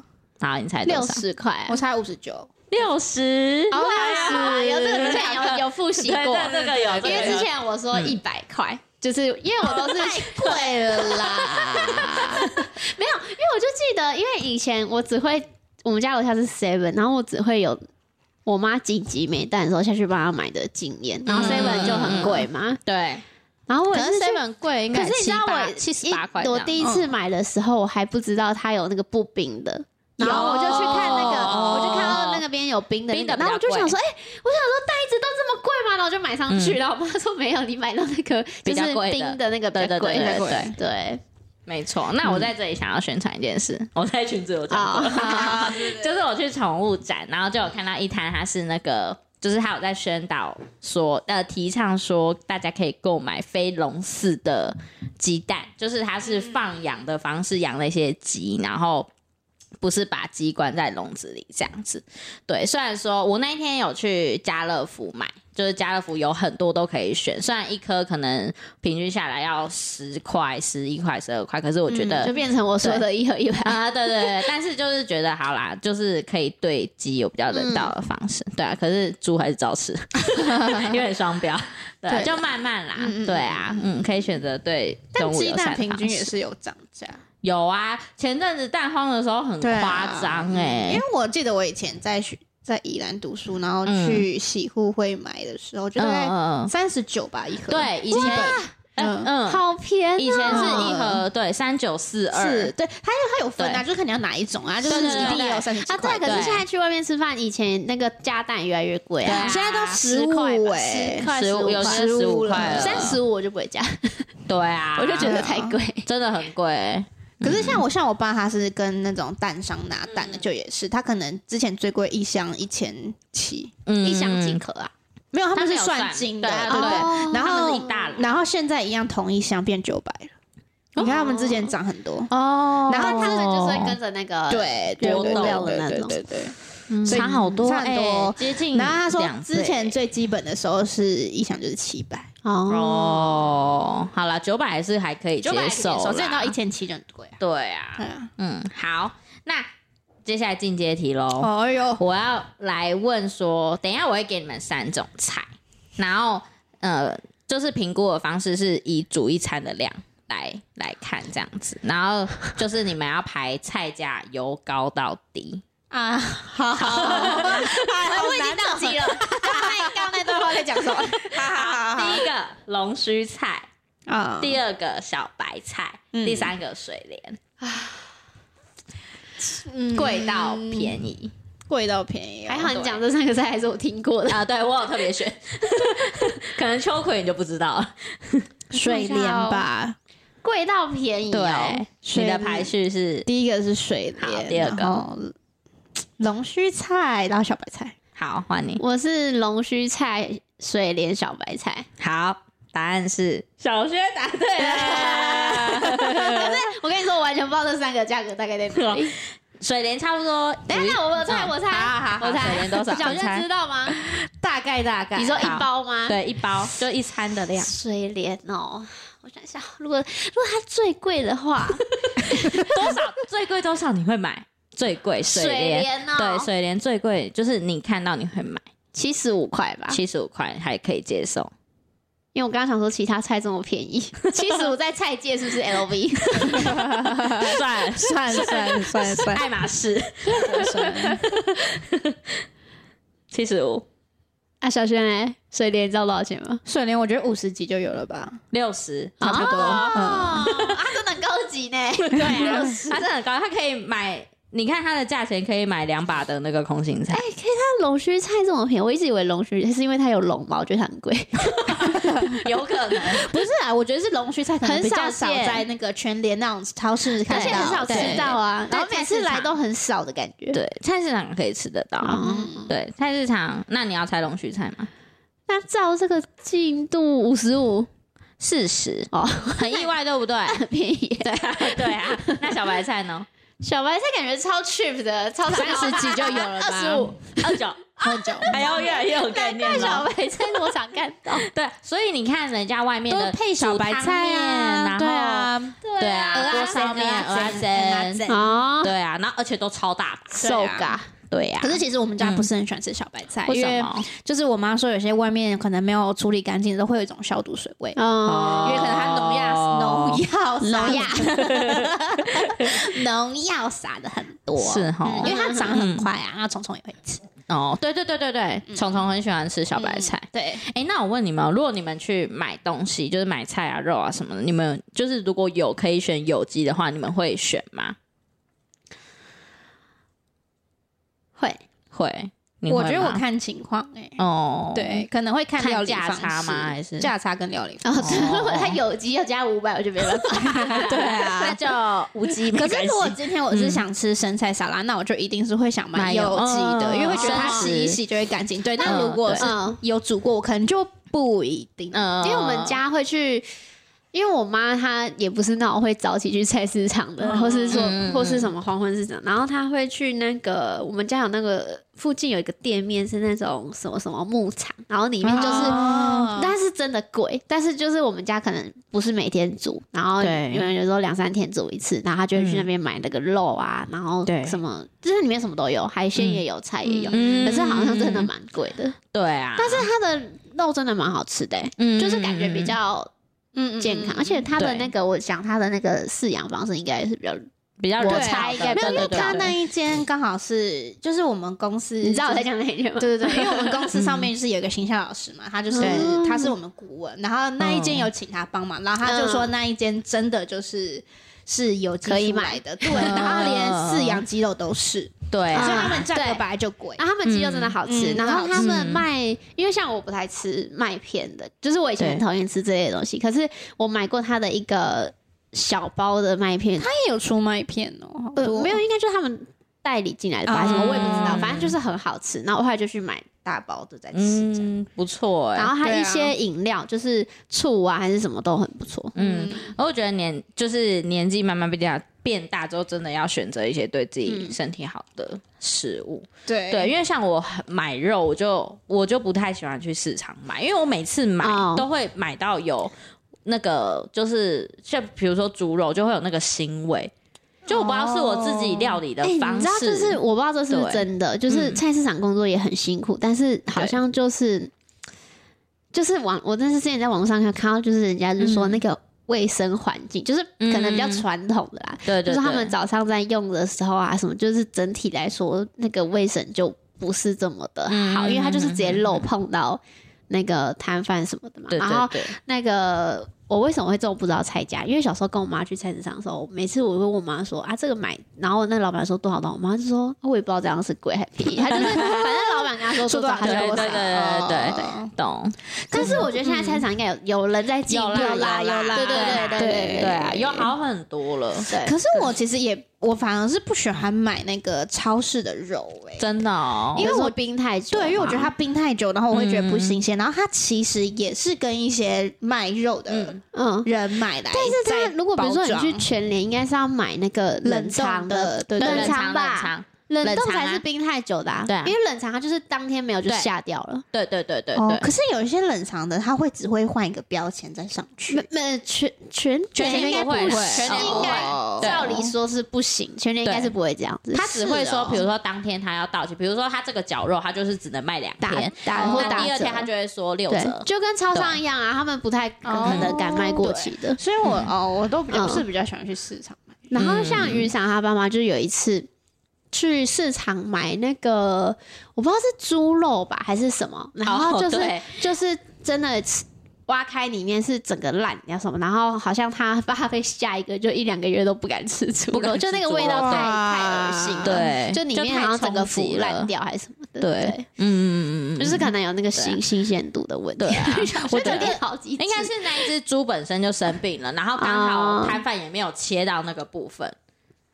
[SPEAKER 1] 好，你猜多
[SPEAKER 3] 六
[SPEAKER 1] 少？
[SPEAKER 3] 十块啊
[SPEAKER 2] 我，猜五十
[SPEAKER 1] [LAUGHS]
[SPEAKER 2] 九，
[SPEAKER 1] 六十，
[SPEAKER 3] [LAUGHS] 哦
[SPEAKER 1] 哇
[SPEAKER 3] 有这个之前有有复习过，
[SPEAKER 1] 对对这个有
[SPEAKER 3] 因为
[SPEAKER 1] 这个有
[SPEAKER 3] 之前我说一百块，嗯就是因为我都是
[SPEAKER 2] 贵了
[SPEAKER 3] [LAUGHS]
[SPEAKER 2] 啦！
[SPEAKER 3] 没有，因为我就记得，因为以前我只会我们家楼下是 Seven，然后我只会有我妈紧急没蛋的时候下去帮她买的经验，然后 Seven 就很贵嘛，
[SPEAKER 1] 对，
[SPEAKER 3] 然后我
[SPEAKER 2] 可
[SPEAKER 3] 也
[SPEAKER 2] 是
[SPEAKER 3] 是去
[SPEAKER 2] seven 贵，应
[SPEAKER 3] 可
[SPEAKER 2] 该
[SPEAKER 3] 是你知道我
[SPEAKER 1] 七十八块
[SPEAKER 3] 一
[SPEAKER 1] 这样
[SPEAKER 3] 我第一次买的时候，我还不知道它有那个不冰的。然后我就去看那个，
[SPEAKER 1] 哦
[SPEAKER 3] 我就看到那个边有嗯冰的那
[SPEAKER 1] 冰的
[SPEAKER 3] 个，
[SPEAKER 1] 比较
[SPEAKER 3] 然后我就想
[SPEAKER 1] 贵
[SPEAKER 3] 说，哎，我想说蛋一直都这么贵吗？然后我就买上去，然后我妈说没有，你买到那个
[SPEAKER 1] 比
[SPEAKER 3] 就
[SPEAKER 1] 较
[SPEAKER 3] 是
[SPEAKER 1] 贵的
[SPEAKER 3] 冰的那个比
[SPEAKER 1] 对对
[SPEAKER 3] 较贵
[SPEAKER 1] 对
[SPEAKER 3] 的，
[SPEAKER 1] 对
[SPEAKER 2] 贵
[SPEAKER 1] 对，
[SPEAKER 3] 对，
[SPEAKER 1] 没错。那
[SPEAKER 3] 嗯
[SPEAKER 1] 我在这里想要宣传一件事，我在群组有讲过，
[SPEAKER 3] [LAUGHS] 啊，
[SPEAKER 1] 就是我去宠物展，然后就有看到一摊，它是那个。就是他有在宣导说，呃，提倡说大家可以购买非笼饲的鸡蛋，就是它是放养的方式养那些鸡，然后不是把鸡关在笼子里这样子。对，虽然说我那一天有去家乐福买，就是家乐福有很多都可以选，虽然一颗可能平均下来要十块、十一块、十二块，可是我觉得、
[SPEAKER 3] 嗯就变成我说的一盒一百。
[SPEAKER 1] [LAUGHS] 啊、对对对，但是就是觉得好啦，就是可以对鸡有比较人道的方式，对啊，可是猪还是照吃，有点双标，对啊，
[SPEAKER 2] 对
[SPEAKER 1] 就慢慢啦，
[SPEAKER 2] 嗯嗯
[SPEAKER 1] 对啊，嗯，可以选择对动
[SPEAKER 2] 但
[SPEAKER 1] 物
[SPEAKER 2] 鸡
[SPEAKER 1] 友善
[SPEAKER 2] 蛋
[SPEAKER 1] 的
[SPEAKER 2] 平
[SPEAKER 1] 方
[SPEAKER 2] 均也
[SPEAKER 1] 式
[SPEAKER 2] 是有涨价，
[SPEAKER 1] 有啊，前阵子蛋荒的时候很
[SPEAKER 2] 对啊
[SPEAKER 1] 夸张哎、
[SPEAKER 2] 因为我记得我以前在学在宜兰读书，然后去喜户会买的时候，就大概
[SPEAKER 1] 嗯嗯嗯
[SPEAKER 2] 三十九吧一盒，
[SPEAKER 1] 对，以前
[SPEAKER 2] 嗯，
[SPEAKER 1] 嗯，
[SPEAKER 3] 好啊便宜
[SPEAKER 1] 以前是一盒对三九四二，
[SPEAKER 2] 是对，它有它有分啊，就是看你要哪一种啊，就是
[SPEAKER 1] 对对
[SPEAKER 2] 一定
[SPEAKER 1] 对
[SPEAKER 2] 也有三十几
[SPEAKER 3] 啊，对，
[SPEAKER 2] 块
[SPEAKER 3] 可
[SPEAKER 2] 的。
[SPEAKER 3] 是
[SPEAKER 1] 对
[SPEAKER 3] 现在去外面吃饭，以前那个加蛋越来越贵
[SPEAKER 1] 对
[SPEAKER 3] 啊
[SPEAKER 1] 啊，
[SPEAKER 2] 现在都
[SPEAKER 3] 十块
[SPEAKER 2] 五
[SPEAKER 3] 吧
[SPEAKER 2] 哎
[SPEAKER 3] 十，块
[SPEAKER 1] 十五有
[SPEAKER 3] 块
[SPEAKER 1] 些十五块了，
[SPEAKER 3] 三十五我就不会加，
[SPEAKER 1] 对啊，
[SPEAKER 3] 我就觉得太贵。
[SPEAKER 1] 真的很贵，
[SPEAKER 2] 可是像我像我爸，他是跟那种蛋商拿蛋的，就也是他可能之前最贵一箱一千七，
[SPEAKER 1] 嗯
[SPEAKER 3] 一箱几颗啊？
[SPEAKER 2] 没有他
[SPEAKER 1] 他
[SPEAKER 2] 们是
[SPEAKER 1] 们有
[SPEAKER 2] 算
[SPEAKER 1] 算
[SPEAKER 2] 斤的，
[SPEAKER 1] 对
[SPEAKER 2] 对
[SPEAKER 1] 啊
[SPEAKER 2] 不对
[SPEAKER 3] 哦？
[SPEAKER 2] 然
[SPEAKER 1] 他
[SPEAKER 2] 后
[SPEAKER 1] 们是一大篮
[SPEAKER 2] 然后现在一样同一箱变九百了，你看他们之前涨很多，
[SPEAKER 1] 哦
[SPEAKER 2] 然
[SPEAKER 3] 然
[SPEAKER 2] 后
[SPEAKER 3] 后
[SPEAKER 2] 他
[SPEAKER 3] 他
[SPEAKER 2] 们
[SPEAKER 3] 们就是会跟着那个，
[SPEAKER 2] 对对
[SPEAKER 1] 波
[SPEAKER 2] 对
[SPEAKER 1] 动
[SPEAKER 2] 对
[SPEAKER 3] 的
[SPEAKER 2] 对
[SPEAKER 3] 那
[SPEAKER 2] 对
[SPEAKER 3] 种
[SPEAKER 2] 对对。
[SPEAKER 3] 嗯
[SPEAKER 2] 所以
[SPEAKER 1] 差好多，
[SPEAKER 2] 差很多
[SPEAKER 1] 哎接近。
[SPEAKER 2] 然后他说之前。最基本的时候是一箱就是七百，
[SPEAKER 3] 哦，
[SPEAKER 1] 哦，好了，九百还是还可以接受啦，
[SPEAKER 2] 之前到一千七就很贵啊。
[SPEAKER 1] 对
[SPEAKER 2] 对
[SPEAKER 1] 啊，
[SPEAKER 2] 啊，
[SPEAKER 1] 嗯，好，那接下来进阶题喽。
[SPEAKER 2] 哦 [LAUGHS] 哟，
[SPEAKER 1] 我要来问说，等一下我会给你们三种菜，然后呃，就是评估的方式是以煮一餐的量来来看这样子，然后就是你们要排菜价由高到低。
[SPEAKER 2] 啊，好，好，
[SPEAKER 3] 哦
[SPEAKER 2] 哎我已经到齐了。刚刚那段话在讲什么？ [LAUGHS] 好好
[SPEAKER 1] 第一个龙须菜，
[SPEAKER 2] 啊，
[SPEAKER 1] 第二个小白菜，
[SPEAKER 2] 嗯
[SPEAKER 1] 第三个水莲，
[SPEAKER 2] 嗯
[SPEAKER 1] 贵到便宜
[SPEAKER 2] 贵到便宜哦，
[SPEAKER 3] 还好你讲这三个菜还是我听 [LAUGHS] 过的。
[SPEAKER 1] 啊！对我有特别选， [LAUGHS] 可能秋葵你就不知道了。
[SPEAKER 2] 水莲吧。
[SPEAKER 3] 贵到便宜哦，
[SPEAKER 1] 你的排序是
[SPEAKER 2] 第一个是水
[SPEAKER 1] 好
[SPEAKER 2] 莲，
[SPEAKER 1] 第二个
[SPEAKER 2] 然后龙须菜，然后小白菜。
[SPEAKER 1] 好换你。
[SPEAKER 3] 我是龙须菜、水莲、小白菜。
[SPEAKER 1] 好，答案是小薛答对了。
[SPEAKER 3] 我跟你说，我完全不知道这三个价格大概在哪里。
[SPEAKER 1] [LAUGHS] 水莲差不多，
[SPEAKER 3] 等一下，我我猜，
[SPEAKER 1] 嗯
[SPEAKER 3] 我猜，
[SPEAKER 1] 好好好
[SPEAKER 3] 我猜
[SPEAKER 1] 水莲多少
[SPEAKER 3] 小
[SPEAKER 1] 你
[SPEAKER 3] 月
[SPEAKER 1] 猜
[SPEAKER 3] 知道吗？
[SPEAKER 2] 大概大概
[SPEAKER 3] 你说一包吗？，
[SPEAKER 1] 对一包就一餐的量，
[SPEAKER 3] 水莲哦，我想一下，如果如果它最贵的话，
[SPEAKER 1] [LAUGHS] 多少最贵多少你会买？最贵水
[SPEAKER 3] 水
[SPEAKER 1] 莲，
[SPEAKER 3] 莲哦，
[SPEAKER 1] 对，水莲最贵就是你看到你会买，
[SPEAKER 3] 七十五块吧。
[SPEAKER 1] 七十五块还可以接 [LAUGHS] 受。
[SPEAKER 3] 因为我刚刚想说其他菜这么便宜，七十五在菜界是不是 LV？
[SPEAKER 1] 算了
[SPEAKER 2] [LAUGHS] 算算算算
[SPEAKER 1] 爱马仕
[SPEAKER 2] 算，
[SPEAKER 1] 七十五
[SPEAKER 3] [LAUGHS] 啊，小轩嘞，水莲你知道多少钱吗？
[SPEAKER 2] [LAUGHS] 水莲我觉得五十级就有了吧，
[SPEAKER 1] 六十，
[SPEAKER 2] 差不多。嗯，
[SPEAKER 3] 哦，啊，真的很高级 [LAUGHS] 呢。
[SPEAKER 1] 对啊，它真的很高，它可以买。你看它的价钱可以买两把的那个空心菜，
[SPEAKER 3] 那龙须菜这么便宜，我一直以为龙须是因为它有龙嘛，我觉得它很贵。
[SPEAKER 1] 有可能
[SPEAKER 2] 不是啊，我觉得是龙须菜可能
[SPEAKER 3] 很
[SPEAKER 2] 比较少
[SPEAKER 3] 少见
[SPEAKER 2] 在那个全联那种超市看
[SPEAKER 3] 而
[SPEAKER 2] 到，
[SPEAKER 3] 且很少
[SPEAKER 2] 对
[SPEAKER 3] 吃到啊，
[SPEAKER 1] 对
[SPEAKER 3] 然后每次
[SPEAKER 1] 菜市场
[SPEAKER 3] 来都很少的感觉。，
[SPEAKER 1] 对菜市场可以吃得到，
[SPEAKER 3] 嗯，
[SPEAKER 1] 对菜市场。那你要猜龙须菜吗？
[SPEAKER 3] 那照这个进度，五十五
[SPEAKER 1] 四十
[SPEAKER 3] 哦
[SPEAKER 1] 哦，很意外，对不 [LAUGHS] 对？
[SPEAKER 3] 很 [LAUGHS] 便宜耶，
[SPEAKER 1] 对啊，对啊。那小白菜呢？
[SPEAKER 3] 小白菜感觉超 cheap 的，超
[SPEAKER 2] 30几就有了吧
[SPEAKER 3] [LAUGHS] 二十五。
[SPEAKER 1] 二九，
[SPEAKER 2] 很久。
[SPEAKER 1] 还要越来越有概
[SPEAKER 3] 难
[SPEAKER 1] 念
[SPEAKER 3] 怪小
[SPEAKER 1] 了。
[SPEAKER 3] 白菜我常 [LAUGHS] 看到，
[SPEAKER 1] 对，所以你看人家外面的
[SPEAKER 2] [LAUGHS] 都配小白菜啊，
[SPEAKER 1] 煮汤面然后
[SPEAKER 2] 对啊，
[SPEAKER 1] 对啊，
[SPEAKER 2] 蚵
[SPEAKER 1] 锅
[SPEAKER 2] 仔煎
[SPEAKER 1] 烧面、
[SPEAKER 2] 蚵
[SPEAKER 1] 鹅
[SPEAKER 2] 仔
[SPEAKER 1] 仔
[SPEAKER 2] 煎
[SPEAKER 1] 煎，
[SPEAKER 3] 啊，
[SPEAKER 1] 对啊，然后而且都超大把，
[SPEAKER 3] 瘦嘎，
[SPEAKER 1] 对呀
[SPEAKER 2] 可是其实我们家不是很喜欢吃小白菜，
[SPEAKER 1] 为
[SPEAKER 2] 因
[SPEAKER 1] 什
[SPEAKER 2] 嗯为
[SPEAKER 1] 么？
[SPEAKER 2] 就是我妈说有些外面可能没有处理干净，都会有一种消毒水味，因
[SPEAKER 3] 嗯，
[SPEAKER 1] 哦
[SPEAKER 3] [LAUGHS]
[SPEAKER 2] 为可能它农药农药
[SPEAKER 3] 农
[SPEAKER 2] 农药 [LAUGHS] 农药撒的很多，
[SPEAKER 1] 是哈
[SPEAKER 2] 嗯因为它长得很快啊，然后虫虫也会吃
[SPEAKER 1] 哦，对对对对对，虫虫很喜欢吃小白菜。
[SPEAKER 2] 嗯对，
[SPEAKER 1] 哎，那我问你们哦，如果你们去买东西，就是买菜啊、肉啊什么的，你们就是如果有可以选有机的话，你们会选吗？
[SPEAKER 3] 会
[SPEAKER 1] 会，你
[SPEAKER 2] 我
[SPEAKER 1] 会
[SPEAKER 2] 觉得
[SPEAKER 1] 吗
[SPEAKER 2] 我看情况哎，
[SPEAKER 1] 哦，
[SPEAKER 2] 对，可能会看
[SPEAKER 1] 看
[SPEAKER 2] 料理
[SPEAKER 1] 价
[SPEAKER 2] 方
[SPEAKER 1] 差
[SPEAKER 2] 式
[SPEAKER 1] 吗还是
[SPEAKER 2] 价差跟料理方
[SPEAKER 3] 哦，对，如果它有机要加五百，我就没办
[SPEAKER 1] [LAUGHS]
[SPEAKER 3] 法。
[SPEAKER 2] [LAUGHS]
[SPEAKER 1] 对啊，那就无机没
[SPEAKER 2] 式？可
[SPEAKER 1] 关系。
[SPEAKER 2] 是如果今天我是想吃生菜沙拉，那我就一定是会想嗯买哦
[SPEAKER 1] 买
[SPEAKER 2] 有
[SPEAKER 1] 有
[SPEAKER 2] 机的，
[SPEAKER 1] 嗯
[SPEAKER 2] 因为会觉得它
[SPEAKER 1] 生食
[SPEAKER 2] 洗一洗就会干净。对，那
[SPEAKER 1] 嗯
[SPEAKER 2] 如果
[SPEAKER 1] 对
[SPEAKER 2] 是
[SPEAKER 3] 嗯，
[SPEAKER 2] 有煮过，我可能就不一定。
[SPEAKER 1] 嗯
[SPEAKER 3] 因为我们家会去，因为我妈她也不是那种会早起去菜市场的，
[SPEAKER 2] 嗯
[SPEAKER 3] 或是说
[SPEAKER 1] 嗯嗯
[SPEAKER 3] 或是什么黄昏市场，然后她会去那个我们家有那个附近有一个店面是那种什么什么牧场，然后里面就是。
[SPEAKER 2] 哦
[SPEAKER 3] 但是真的贵，但是就是我们家可能不是每天煮，然后
[SPEAKER 1] 对
[SPEAKER 3] 有人有时候两三天煮一次，然后她就会去那边买那个肉啊，然后
[SPEAKER 1] 对
[SPEAKER 3] 什么，就是里面什么都有，海鲜也有，菜也有，
[SPEAKER 1] 嗯
[SPEAKER 3] 可是好像真的蛮贵的，
[SPEAKER 1] 对啊，
[SPEAKER 3] 但是它的肉真的蛮好吃的、欸
[SPEAKER 1] 嗯
[SPEAKER 3] 就是感觉比较
[SPEAKER 2] 嗯嗯
[SPEAKER 3] 健康，而且它的
[SPEAKER 1] 对
[SPEAKER 3] 那个，我想它的那个饲养方式应该是比较
[SPEAKER 1] 比较人
[SPEAKER 3] 对
[SPEAKER 1] 潮
[SPEAKER 3] 应该
[SPEAKER 1] 的，
[SPEAKER 3] 不
[SPEAKER 1] 对
[SPEAKER 2] 没有，因
[SPEAKER 1] 对
[SPEAKER 2] 为
[SPEAKER 1] 对
[SPEAKER 2] 他那
[SPEAKER 1] 对。
[SPEAKER 2] 一间刚好是就是我们公司，
[SPEAKER 3] 你知道我在讲哪一句
[SPEAKER 2] [LAUGHS]
[SPEAKER 3] 吗？
[SPEAKER 2] 对对对，因为我们公司上面就是有一个形象老师嘛，他就是
[SPEAKER 3] 对
[SPEAKER 2] 他是我们顾问，然后那一间有请他帮忙，然后他就说那一间真的就是是有机
[SPEAKER 3] 可以
[SPEAKER 2] 出来的，对，然后连饲养鸡肉都是，
[SPEAKER 1] 对
[SPEAKER 2] 所以
[SPEAKER 3] 啊
[SPEAKER 2] 他们价格
[SPEAKER 3] 对
[SPEAKER 2] 本来就贵
[SPEAKER 3] 然，后他们鸡肉真的好吃，
[SPEAKER 2] 嗯嗯
[SPEAKER 3] 然后他
[SPEAKER 1] 真的好
[SPEAKER 3] 们
[SPEAKER 1] 吃
[SPEAKER 3] 卖，因为像我不太吃麦片的，就是我以前很
[SPEAKER 1] 对
[SPEAKER 3] 讨厌吃这类的东西，可是我买过他的一个小包的麦片，
[SPEAKER 2] 他也有出麦片哦，
[SPEAKER 3] 呃，没有，应该就是他们代理进
[SPEAKER 2] 啊
[SPEAKER 3] 来的吧，还是什么我也不知道，反正就是很好吃。然后我后来就去买大包的在吃，这样
[SPEAKER 1] 嗯，不错哎、
[SPEAKER 3] 然后它
[SPEAKER 2] 对啊
[SPEAKER 3] 一些饮料就是醋啊还是什么都很不错。
[SPEAKER 1] 嗯，而我觉得年就是年纪慢慢变大变大之后，真的要选择一些对自己
[SPEAKER 3] 嗯
[SPEAKER 1] 身体好的食物。
[SPEAKER 2] 对
[SPEAKER 1] 对，因为像我很买肉，我就我就不太喜欢去市场买，因为我每次买、
[SPEAKER 3] 哦
[SPEAKER 1] 都会买到有那个就是像比如说猪肉就会有那个腥味，就我不知道是我自己料理的
[SPEAKER 3] 哎、
[SPEAKER 1] 方
[SPEAKER 3] 你知
[SPEAKER 1] 式，
[SPEAKER 3] 道，就是我不知道这是不
[SPEAKER 1] 对
[SPEAKER 3] 是真的，就是
[SPEAKER 1] 嗯
[SPEAKER 3] 菜市场工作也很辛苦，但是好像就是就是网，我真是之前在网络上看看到，就是人家就说
[SPEAKER 1] 嗯
[SPEAKER 3] 那个卫生环境，就是可能比较
[SPEAKER 1] 嗯
[SPEAKER 3] 传统的啦，
[SPEAKER 1] 对对
[SPEAKER 3] 就是他们
[SPEAKER 1] 对
[SPEAKER 3] 早上在用的时候啊，什么就是整体来说那个卫生就不是这么的好，
[SPEAKER 1] 嗯
[SPEAKER 3] 因为它就是直接漏碰到那个摊贩什么的嘛。
[SPEAKER 1] 对
[SPEAKER 3] 然后
[SPEAKER 1] 对对，
[SPEAKER 3] 那个我为什么会这么不知道菜价？因为小时候跟我妈去菜市场的时候，每次我会问我妈说啊这个买，然后那老板说多少多少，我妈就说、啊我也不知道这样是贵还便宜，她就是反正老板跟她说
[SPEAKER 2] 说
[SPEAKER 3] 多
[SPEAKER 2] 多
[SPEAKER 3] 少
[SPEAKER 2] 少
[SPEAKER 3] 她就
[SPEAKER 1] 对
[SPEAKER 3] 多
[SPEAKER 1] 对
[SPEAKER 3] 少。
[SPEAKER 1] 对对对
[SPEAKER 2] 哦
[SPEAKER 1] 懂。
[SPEAKER 3] 但是我觉得现在菜市场应该有有人在进步
[SPEAKER 1] 有啦有啦
[SPEAKER 3] 对对对对
[SPEAKER 2] 对
[SPEAKER 1] 对啊，有好很多了，
[SPEAKER 3] 对
[SPEAKER 2] 可是我其实也我反而是不喜欢买那个超市的肉哎、嗯
[SPEAKER 1] 真的哦，
[SPEAKER 3] 因为我冰太久嘛，
[SPEAKER 2] 对，因为我觉得它冰太久，然后我会觉得不新鲜。然后它其实也是跟一些卖肉的
[SPEAKER 3] 嗯，
[SPEAKER 2] 人买来，
[SPEAKER 3] 但是
[SPEAKER 2] 在
[SPEAKER 3] 他如果比如说你
[SPEAKER 2] 包
[SPEAKER 3] 去
[SPEAKER 2] 装
[SPEAKER 3] 全联，应该是要买那个冷藏
[SPEAKER 2] 冷冻
[SPEAKER 3] 的，
[SPEAKER 2] 的对对
[SPEAKER 3] 冷藏吧，，冷
[SPEAKER 1] 冷
[SPEAKER 3] 冻
[SPEAKER 1] 藏啊
[SPEAKER 3] 才是冰太久的、啊，
[SPEAKER 1] 对啊
[SPEAKER 3] 因为冷藏它就是当天没有就
[SPEAKER 1] 对
[SPEAKER 3] 下掉了。
[SPEAKER 1] 对对对对
[SPEAKER 2] 哦
[SPEAKER 1] 对，
[SPEAKER 2] 可是有一些冷藏的，它会只会换一个标签再上去。
[SPEAKER 3] 没没全全
[SPEAKER 1] 全
[SPEAKER 3] 联
[SPEAKER 1] 联
[SPEAKER 3] 应该
[SPEAKER 1] 不会哦
[SPEAKER 3] 行
[SPEAKER 1] 全联
[SPEAKER 2] 不
[SPEAKER 3] 应该
[SPEAKER 2] 会
[SPEAKER 3] 照理说是不行，全联应该是不会这样子，
[SPEAKER 1] 他只会
[SPEAKER 2] 是
[SPEAKER 1] 说
[SPEAKER 2] 哦，
[SPEAKER 1] 比如说当天他要到期，比如说他这个绞肉，他就是只能卖两
[SPEAKER 3] 打
[SPEAKER 1] 天，
[SPEAKER 3] 打
[SPEAKER 2] 哦
[SPEAKER 3] 或
[SPEAKER 1] 那
[SPEAKER 3] 打
[SPEAKER 1] 第二天他
[SPEAKER 3] 折。
[SPEAKER 1] 就会说六
[SPEAKER 3] 对
[SPEAKER 1] 折，。哦
[SPEAKER 3] 就跟超商一样啊，他们不太可能敢卖过期的。
[SPEAKER 2] 所以我哦，我都比较
[SPEAKER 3] 嗯
[SPEAKER 2] 是比较喜欢去市场买。
[SPEAKER 3] 然
[SPEAKER 1] 嗯
[SPEAKER 3] 后像雨伞他爸妈就有一次去市场买那个，我不知道是猪肉吧还是什么，然后
[SPEAKER 1] 哦
[SPEAKER 3] 就是、
[SPEAKER 1] 对
[SPEAKER 3] 就是真的吃挖开里面是整个烂掉什么，然后好像他爸被吓一个，就一两个月都不敢吃猪
[SPEAKER 1] 不
[SPEAKER 3] 肉，
[SPEAKER 1] 敢
[SPEAKER 3] 就
[SPEAKER 1] 吃
[SPEAKER 3] 那个
[SPEAKER 1] 猪
[SPEAKER 3] 味道
[SPEAKER 1] 肉
[SPEAKER 3] 太太
[SPEAKER 2] 哇
[SPEAKER 3] 恶心了，
[SPEAKER 1] 对
[SPEAKER 3] 就里
[SPEAKER 1] 就
[SPEAKER 3] 面
[SPEAKER 1] 太
[SPEAKER 3] 好像整个
[SPEAKER 1] 冲击
[SPEAKER 3] 腐
[SPEAKER 1] 了
[SPEAKER 3] 烂掉还是什么的，
[SPEAKER 1] 对，嗯嗯嗯嗯，
[SPEAKER 3] 就是可能有那个新、
[SPEAKER 1] 对
[SPEAKER 3] 新鲜度的问题，
[SPEAKER 1] 对啊
[SPEAKER 3] [LAUGHS] 我
[SPEAKER 1] 我
[SPEAKER 3] 觉
[SPEAKER 1] 觉
[SPEAKER 3] 得
[SPEAKER 1] 得
[SPEAKER 3] 好几
[SPEAKER 1] 应该
[SPEAKER 3] 次
[SPEAKER 1] 是那一只猪本身就生病了，然后刚好
[SPEAKER 3] 哦
[SPEAKER 1] 摊贩也没有切到那个部分。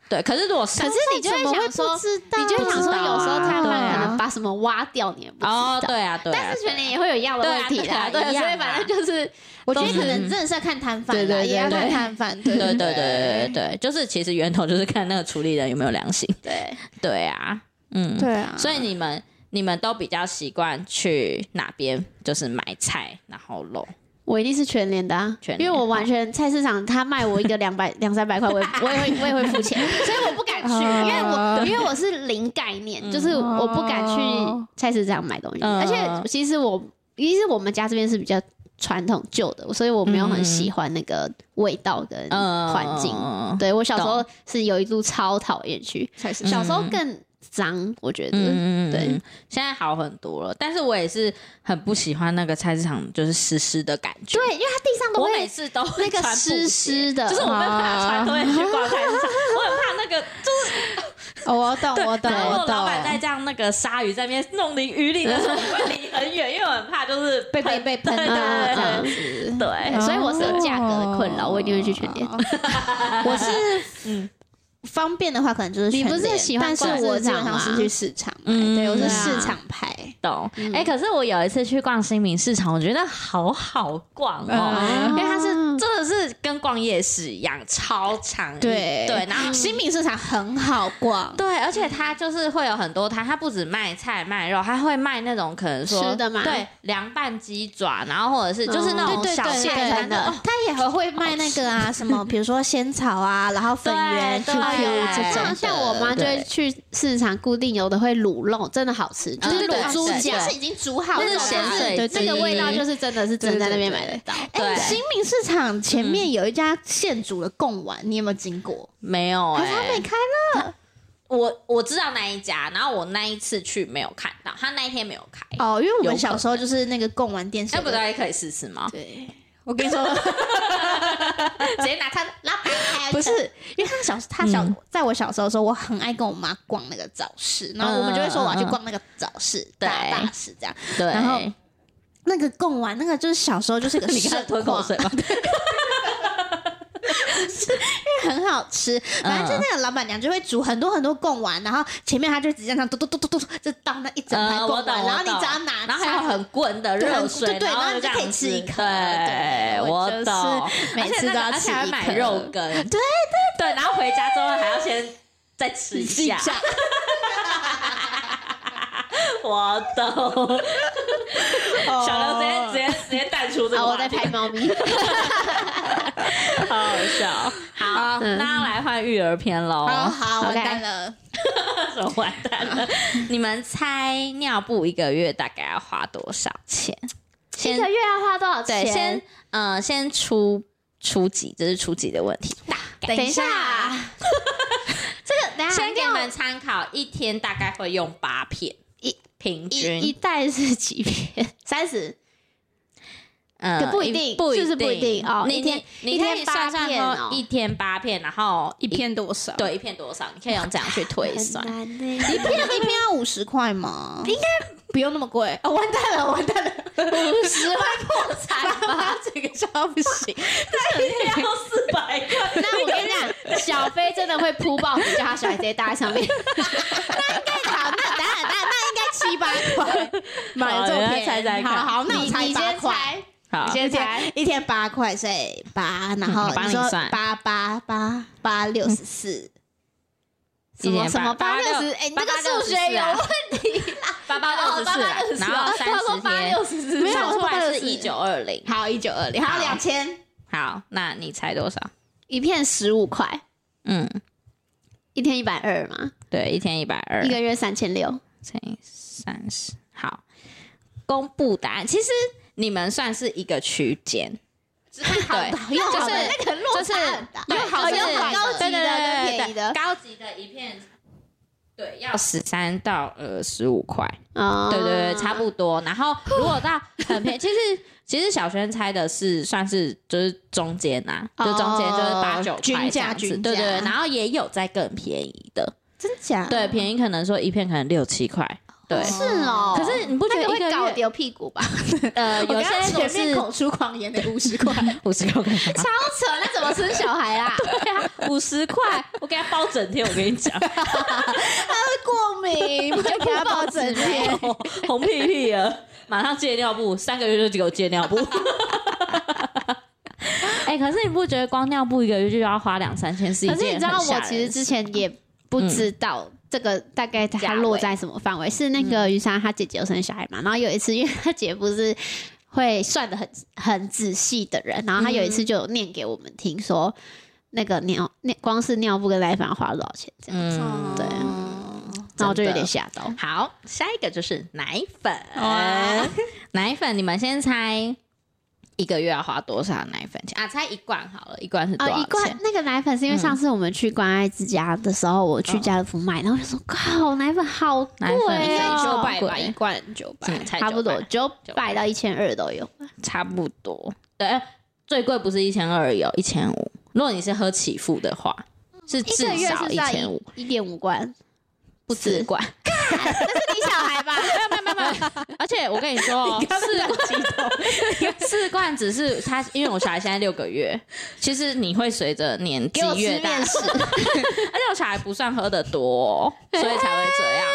[SPEAKER 1] 对，可是如果是
[SPEAKER 3] 可是你就会
[SPEAKER 2] 怎么
[SPEAKER 3] 想说
[SPEAKER 2] 不。知道
[SPEAKER 3] 你就会想说，有时候
[SPEAKER 1] 太慢
[SPEAKER 3] 他
[SPEAKER 2] 对
[SPEAKER 3] 们
[SPEAKER 2] 啊
[SPEAKER 3] 可能把什么挖掉，你也不知道。
[SPEAKER 1] 哦，对啊，对啊，
[SPEAKER 3] 但是全年也会有一样的问题
[SPEAKER 1] 对
[SPEAKER 3] 啦，
[SPEAKER 1] 啊
[SPEAKER 3] 对
[SPEAKER 1] 对啊，一样啊
[SPEAKER 3] 所以反正就是
[SPEAKER 2] 我觉得
[SPEAKER 3] 都是
[SPEAKER 2] 可能真的是要看摊贩
[SPEAKER 3] 嗯对对
[SPEAKER 2] 啦，
[SPEAKER 3] 对
[SPEAKER 2] 也要
[SPEAKER 3] 对
[SPEAKER 2] 看摊贩。对
[SPEAKER 1] 对对对对对对，就是其实源头就是看那个处理人有没有良心。
[SPEAKER 3] 对，
[SPEAKER 1] 对啊，嗯，
[SPEAKER 2] 对啊！
[SPEAKER 1] 所以你们你们都比较习惯去哪边，就是买菜然后肉。
[SPEAKER 3] 我一定是全年的啊，
[SPEAKER 1] 全
[SPEAKER 3] 因
[SPEAKER 1] 联
[SPEAKER 3] 为我完全菜市场他卖我一个两百两三百块，我也我也会我也会付钱， [LAUGHS] 哦所以我不敢去，因为我因为我是零概念，就是我不敢去菜市场买东西，
[SPEAKER 1] 嗯
[SPEAKER 3] 而且其实我其实我们家这边是比较传统旧的，所以我没有很喜欢那个味道跟
[SPEAKER 1] 嗯，
[SPEAKER 3] 环境。
[SPEAKER 1] 嗯
[SPEAKER 3] 对我小时候是有一度超讨厌去，
[SPEAKER 2] 才是
[SPEAKER 3] 小时候更脏，我觉得。
[SPEAKER 1] 嗯嗯嗯，
[SPEAKER 3] 对
[SPEAKER 1] 对，现在好很多了，但是我也是很不喜欢那个菜市场就是湿湿的感觉。
[SPEAKER 3] 对，因为它地上都
[SPEAKER 1] 我
[SPEAKER 3] 会
[SPEAKER 1] 每次都会
[SPEAKER 3] 那个
[SPEAKER 1] 穿布鞋
[SPEAKER 3] 湿湿的
[SPEAKER 1] 就是我没有办法穿拖鞋去逛菜市场，我很怕那个，
[SPEAKER 2] 哦，我懂我懂
[SPEAKER 1] 然后
[SPEAKER 2] 我
[SPEAKER 1] 老板在
[SPEAKER 3] [LAUGHS]
[SPEAKER 2] 懂。
[SPEAKER 1] 这样那个鲨鱼在那边弄离鱼鳞的时候，我会离很远，因为我很怕就是
[SPEAKER 2] 被被被喷
[SPEAKER 1] 对
[SPEAKER 3] 嗯
[SPEAKER 2] 啊这样
[SPEAKER 1] 对
[SPEAKER 2] 子
[SPEAKER 1] 对。对
[SPEAKER 3] 所以我是有价格的困扰，
[SPEAKER 2] 哦
[SPEAKER 3] 我一定会去全 [LAUGHS] 联。嗯
[SPEAKER 2] 我是方便的话，可能就是全联
[SPEAKER 3] 你不是喜欢
[SPEAKER 2] 但是
[SPEAKER 3] 逛
[SPEAKER 2] 我
[SPEAKER 3] 市
[SPEAKER 2] 基
[SPEAKER 3] 场
[SPEAKER 2] 本上是
[SPEAKER 3] 吗
[SPEAKER 2] 去市场买，
[SPEAKER 1] 嗯
[SPEAKER 2] 对我是
[SPEAKER 3] 对啊
[SPEAKER 2] 市场派。
[SPEAKER 1] 懂。哎、可是我有一次去逛新民市场，我觉得好好逛哦。
[SPEAKER 3] 嗯
[SPEAKER 1] 因为它是
[SPEAKER 2] 嗯
[SPEAKER 1] 真的是跟逛夜市一样，超长一
[SPEAKER 2] 对嗯
[SPEAKER 1] 对，然后
[SPEAKER 2] 新民市场很好逛，
[SPEAKER 1] 对，而且它就是会有很多摊，它不止卖菜卖肉，它会卖那种可能说
[SPEAKER 3] 吃的吗
[SPEAKER 1] 对，凉拌鸡爪，然后或者是就是那
[SPEAKER 3] 哦
[SPEAKER 1] 种
[SPEAKER 2] 对
[SPEAKER 1] 小
[SPEAKER 2] 对嗯对
[SPEAKER 1] 菜
[SPEAKER 2] 对哦
[SPEAKER 1] 摊
[SPEAKER 3] 真的
[SPEAKER 1] 的，哦
[SPEAKER 2] 他也很会卖那个啊，什么比如说仙草啊，然后粉圆、
[SPEAKER 1] 对
[SPEAKER 2] QQ
[SPEAKER 1] 对
[SPEAKER 2] 啊这种
[SPEAKER 3] 哎像
[SPEAKER 2] 的。
[SPEAKER 3] 像我妈就会去市场，固定有的会卤肉，真的好吃，
[SPEAKER 2] 啊
[SPEAKER 3] 就是
[SPEAKER 1] 对对
[SPEAKER 3] 卤猪
[SPEAKER 1] 对
[SPEAKER 3] 脚，
[SPEAKER 2] 就是已经煮好
[SPEAKER 1] 那
[SPEAKER 2] 的
[SPEAKER 1] 种
[SPEAKER 2] 啊
[SPEAKER 1] 咸水
[SPEAKER 2] 对
[SPEAKER 1] 鸡
[SPEAKER 3] 那个味道就是真的是真的在那边
[SPEAKER 2] 对对
[SPEAKER 3] 买得到。
[SPEAKER 2] 哎，
[SPEAKER 1] 对
[SPEAKER 2] 新民市场前前
[SPEAKER 3] 嗯
[SPEAKER 2] 面有一家现煮的贡丸，你有没有经过？
[SPEAKER 1] 没有
[SPEAKER 2] 可
[SPEAKER 1] 哎、
[SPEAKER 2] 是它没开，
[SPEAKER 1] 我我知道那一家，然后我那一次去没有看到，他那一天没有开。
[SPEAKER 2] 哦，因为
[SPEAKER 1] 有
[SPEAKER 2] 我
[SPEAKER 1] 可
[SPEAKER 2] 们小时候就是那个贡丸店是
[SPEAKER 1] 那
[SPEAKER 2] 有
[SPEAKER 1] 不
[SPEAKER 2] 个，
[SPEAKER 1] 大家可以试试吗？ [LAUGHS]
[SPEAKER 2] 对，我跟你 [LAUGHS] 说，
[SPEAKER 1] 直接拿它拉
[SPEAKER 3] 啊
[SPEAKER 1] 白开
[SPEAKER 2] 不是，因为他小他小、
[SPEAKER 3] 嗯
[SPEAKER 2] 在我小时候的时候，我很爱跟我妈逛那个早市，然后我们就会
[SPEAKER 3] 嗯
[SPEAKER 2] 说我要去逛那个早市、
[SPEAKER 1] 对
[SPEAKER 2] 大大市这样。
[SPEAKER 1] 对，
[SPEAKER 2] 然 [LAUGHS] 后那个贡丸，那个就是小时候就是个
[SPEAKER 1] 你看
[SPEAKER 2] 盛
[SPEAKER 1] 它吞口
[SPEAKER 2] 况，
[SPEAKER 1] 水吗？
[SPEAKER 2] 很好吃。反正就那个老板娘就会煮很多很多贡丸，然后前面她就直接这样嘟嘟嘟嘟嘟，就倒那一整排
[SPEAKER 1] 嗯，我
[SPEAKER 2] 贡
[SPEAKER 1] 懂，
[SPEAKER 2] 丸，然后你
[SPEAKER 1] 我懂
[SPEAKER 2] 只要拿，
[SPEAKER 1] 然后还有很滚的
[SPEAKER 2] 对
[SPEAKER 1] 热
[SPEAKER 2] 很
[SPEAKER 1] 水，
[SPEAKER 2] 对对
[SPEAKER 1] 后
[SPEAKER 2] 然后你
[SPEAKER 1] 这
[SPEAKER 2] 就
[SPEAKER 1] 样
[SPEAKER 2] 可以吃一
[SPEAKER 1] 子
[SPEAKER 2] 颗
[SPEAKER 1] 对，
[SPEAKER 2] 对
[SPEAKER 1] 我
[SPEAKER 2] 我就是
[SPEAKER 1] 懂，
[SPEAKER 2] 每
[SPEAKER 1] 而且
[SPEAKER 2] 次
[SPEAKER 1] 那
[SPEAKER 2] 都
[SPEAKER 1] 个
[SPEAKER 2] 要
[SPEAKER 1] 而且还
[SPEAKER 2] 吃一
[SPEAKER 1] 买
[SPEAKER 2] 颗
[SPEAKER 1] 肉羹，
[SPEAKER 2] [LAUGHS]
[SPEAKER 1] 对对对，然后回家之后还要先再吃一下，我懂，
[SPEAKER 2] [LAUGHS]
[SPEAKER 1] 小
[SPEAKER 2] 哦
[SPEAKER 1] 刘直接直接直接淡出这个
[SPEAKER 2] 啊
[SPEAKER 3] 好，我
[SPEAKER 1] 话
[SPEAKER 3] 在
[SPEAKER 1] 题， [LAUGHS]
[SPEAKER 3] 拍猫咪。
[SPEAKER 1] 好好
[SPEAKER 2] [LAUGHS]
[SPEAKER 1] 笑。哦好，
[SPEAKER 3] 嗯
[SPEAKER 1] 那来换育儿篇喽，[LAUGHS]
[SPEAKER 2] 哦，好，完
[SPEAKER 3] OK
[SPEAKER 2] 蛋了，
[SPEAKER 1] 什么完蛋了？你们猜尿布一个月大概要花多少钱？
[SPEAKER 3] 一个月要花多少钱？
[SPEAKER 1] 对，先呃，先初初级，这是初级的问题。
[SPEAKER 2] 等
[SPEAKER 3] 等一下，这个等一下
[SPEAKER 1] 先给你
[SPEAKER 3] 尿
[SPEAKER 1] 们参考，一天大概会用八片，
[SPEAKER 3] 一
[SPEAKER 1] 平均
[SPEAKER 2] [LAUGHS]
[SPEAKER 3] 一一袋是几片？三十？
[SPEAKER 1] 呃
[SPEAKER 3] 可不一定
[SPEAKER 1] 不
[SPEAKER 3] 是不是不一定哦
[SPEAKER 1] 你
[SPEAKER 3] 一天
[SPEAKER 1] 你
[SPEAKER 3] 一
[SPEAKER 1] 你可
[SPEAKER 3] 天
[SPEAKER 1] 以
[SPEAKER 3] 八
[SPEAKER 1] 算算
[SPEAKER 3] 片
[SPEAKER 1] 说
[SPEAKER 3] 哦
[SPEAKER 1] 一天八片，然后
[SPEAKER 2] 一片多少？
[SPEAKER 1] 对一片多少，你可以用这样去推算。
[SPEAKER 3] 很难 [LAUGHS] 呢。
[SPEAKER 2] 一片一片要五十块吗？应该不用那么贵。哦，完蛋了，完蛋了，五十块破产吧，这个笑不行。
[SPEAKER 1] 要四百块，
[SPEAKER 3] 那我跟你讲，小飞真的会扑爆你，叫他小孩直接搭在上面。
[SPEAKER 2] 好，那那那那应该七八块，买了这么便宜
[SPEAKER 1] 好猜猜看
[SPEAKER 2] 好好，那我
[SPEAKER 3] 你
[SPEAKER 2] 猜
[SPEAKER 3] 你
[SPEAKER 2] 八
[SPEAKER 3] 先
[SPEAKER 2] 块。
[SPEAKER 3] 猜，
[SPEAKER 1] 好
[SPEAKER 3] 你，先猜。
[SPEAKER 2] 一天八块，所以八，然后
[SPEAKER 1] 嗯帮你
[SPEAKER 2] 说
[SPEAKER 1] 算
[SPEAKER 2] 八八八八六十四，
[SPEAKER 3] 什么什么八六十？哎，你这个数学有问题
[SPEAKER 1] 啊 [LAUGHS]
[SPEAKER 3] 哦
[SPEAKER 1] 八八六十四啊，然后三十
[SPEAKER 3] 八
[SPEAKER 1] 天
[SPEAKER 3] 六十四，
[SPEAKER 2] 没有
[SPEAKER 1] 算出来是一
[SPEAKER 2] 864
[SPEAKER 1] 九二零。
[SPEAKER 2] 好一九二零，好
[SPEAKER 1] 好
[SPEAKER 2] 两千，
[SPEAKER 1] 好，那你猜多少？
[SPEAKER 3] 一片十五块，
[SPEAKER 1] 嗯，
[SPEAKER 3] 一天一百二嘛，
[SPEAKER 1] 对，一天一百二
[SPEAKER 3] 一，个月三千六。
[SPEAKER 1] 乘以三十。好，公布答案。其实你们算是一个区间，对，
[SPEAKER 2] 又
[SPEAKER 1] 就是
[SPEAKER 2] 好的那个落
[SPEAKER 1] 就是
[SPEAKER 2] 差很大，
[SPEAKER 1] 对，好
[SPEAKER 2] 有
[SPEAKER 1] 是
[SPEAKER 2] 很高级
[SPEAKER 1] 对
[SPEAKER 2] 的
[SPEAKER 1] 对
[SPEAKER 2] 跟
[SPEAKER 1] 对对
[SPEAKER 2] 便宜的
[SPEAKER 1] 对，高级的一片。对，要十三到呃十五块，
[SPEAKER 3] 哦
[SPEAKER 1] 对对对，差不多。然后如果到很便宜，其 [LAUGHS] 实其实小轩猜的是算是就是中间呐、
[SPEAKER 2] 哦
[SPEAKER 1] 就中间就是八九
[SPEAKER 2] 均
[SPEAKER 1] 块这
[SPEAKER 2] 价
[SPEAKER 1] 样子，
[SPEAKER 2] 均
[SPEAKER 1] 对对。对
[SPEAKER 2] 价
[SPEAKER 1] 然后也有再更便宜的，
[SPEAKER 2] 真假？
[SPEAKER 1] 对，便宜可能说一片可能六七块，对。
[SPEAKER 3] 是哦。
[SPEAKER 1] 可是你不觉得
[SPEAKER 3] 那
[SPEAKER 1] 一
[SPEAKER 3] 个
[SPEAKER 1] 个
[SPEAKER 3] 会
[SPEAKER 1] 月
[SPEAKER 3] 搞丢屁股吧？
[SPEAKER 1] [LAUGHS] 呃，有些
[SPEAKER 2] 我刚刚
[SPEAKER 1] 如果
[SPEAKER 2] 前面
[SPEAKER 1] 是
[SPEAKER 2] 口出狂言的五十块，
[SPEAKER 1] [LAUGHS] 五十 [LAUGHS] 块，
[SPEAKER 3] 超扯，那怎么生小孩啊啦？
[SPEAKER 1] 啊五十块，我给他包整天，我跟你讲，
[SPEAKER 2] [LAUGHS]
[SPEAKER 1] [LAUGHS]
[SPEAKER 2] 过敏，就给他包整天。
[SPEAKER 1] 哦红屁屁啊，马上戒尿布，三个月就给我戒尿布。 [LAUGHS] 哎、可是你不觉得光尿布一个月就要花两三千是一
[SPEAKER 3] 可是你
[SPEAKER 1] 件
[SPEAKER 3] 知道，
[SPEAKER 1] 很吓人
[SPEAKER 3] 我
[SPEAKER 1] 的事
[SPEAKER 3] 其实之前也不
[SPEAKER 2] 嗯
[SPEAKER 3] 知道这个大概它落在什么范围。是那个于莎她姐姐有生小孩嘛？然后有一次，因为她姐不是会算的很很仔细的人，然后她有一
[SPEAKER 2] 嗯
[SPEAKER 3] 次就有念给我们听说，那个尿尿光是尿布跟奶粉要花多少钱这样。
[SPEAKER 1] 嗯，对。
[SPEAKER 3] 然后我就有点吓到。
[SPEAKER 1] 好，下一个就是奶粉
[SPEAKER 2] 哇。
[SPEAKER 1] [LAUGHS] 奶粉，你们先猜一个月要花多少奶粉钱啊？猜一罐好哦了，一罐是多
[SPEAKER 3] 啊、
[SPEAKER 1] 少
[SPEAKER 3] 一罐
[SPEAKER 1] 钱？嗯
[SPEAKER 3] 那个奶粉是因为上次我们去关爱之家的时候，我去家乐福买，然后就说靠，奶粉好贵
[SPEAKER 1] 奶粉应
[SPEAKER 2] 啊哎
[SPEAKER 1] 该
[SPEAKER 3] 哦
[SPEAKER 1] 九百吧一
[SPEAKER 2] 罐九
[SPEAKER 1] 嗯、猜
[SPEAKER 3] 差不
[SPEAKER 1] 900
[SPEAKER 3] 多九百到一千二都有。
[SPEAKER 1] 差不多。对，最贵不是一千二，有一千五。如果你是喝起付的话，是
[SPEAKER 3] 一
[SPEAKER 1] 至
[SPEAKER 3] 个月
[SPEAKER 1] 少
[SPEAKER 3] 是
[SPEAKER 1] 一
[SPEAKER 3] 在
[SPEAKER 1] 千五，
[SPEAKER 3] 一点五罐，
[SPEAKER 1] 不止 [LAUGHS] 管。
[SPEAKER 3] 你小孩吧？
[SPEAKER 1] [LAUGHS] 没有没有没有，而且 [LAUGHS] 我跟你说哦，四罐 [LAUGHS] 四罐只是他，因为我小孩现在六个月，其实你会随着年纪
[SPEAKER 3] 给我吃
[SPEAKER 1] 越大，而
[SPEAKER 3] 面 [LAUGHS] 食，太
[SPEAKER 1] 且我小孩不算喝的多 [LAUGHS] 哦、所以才会这样。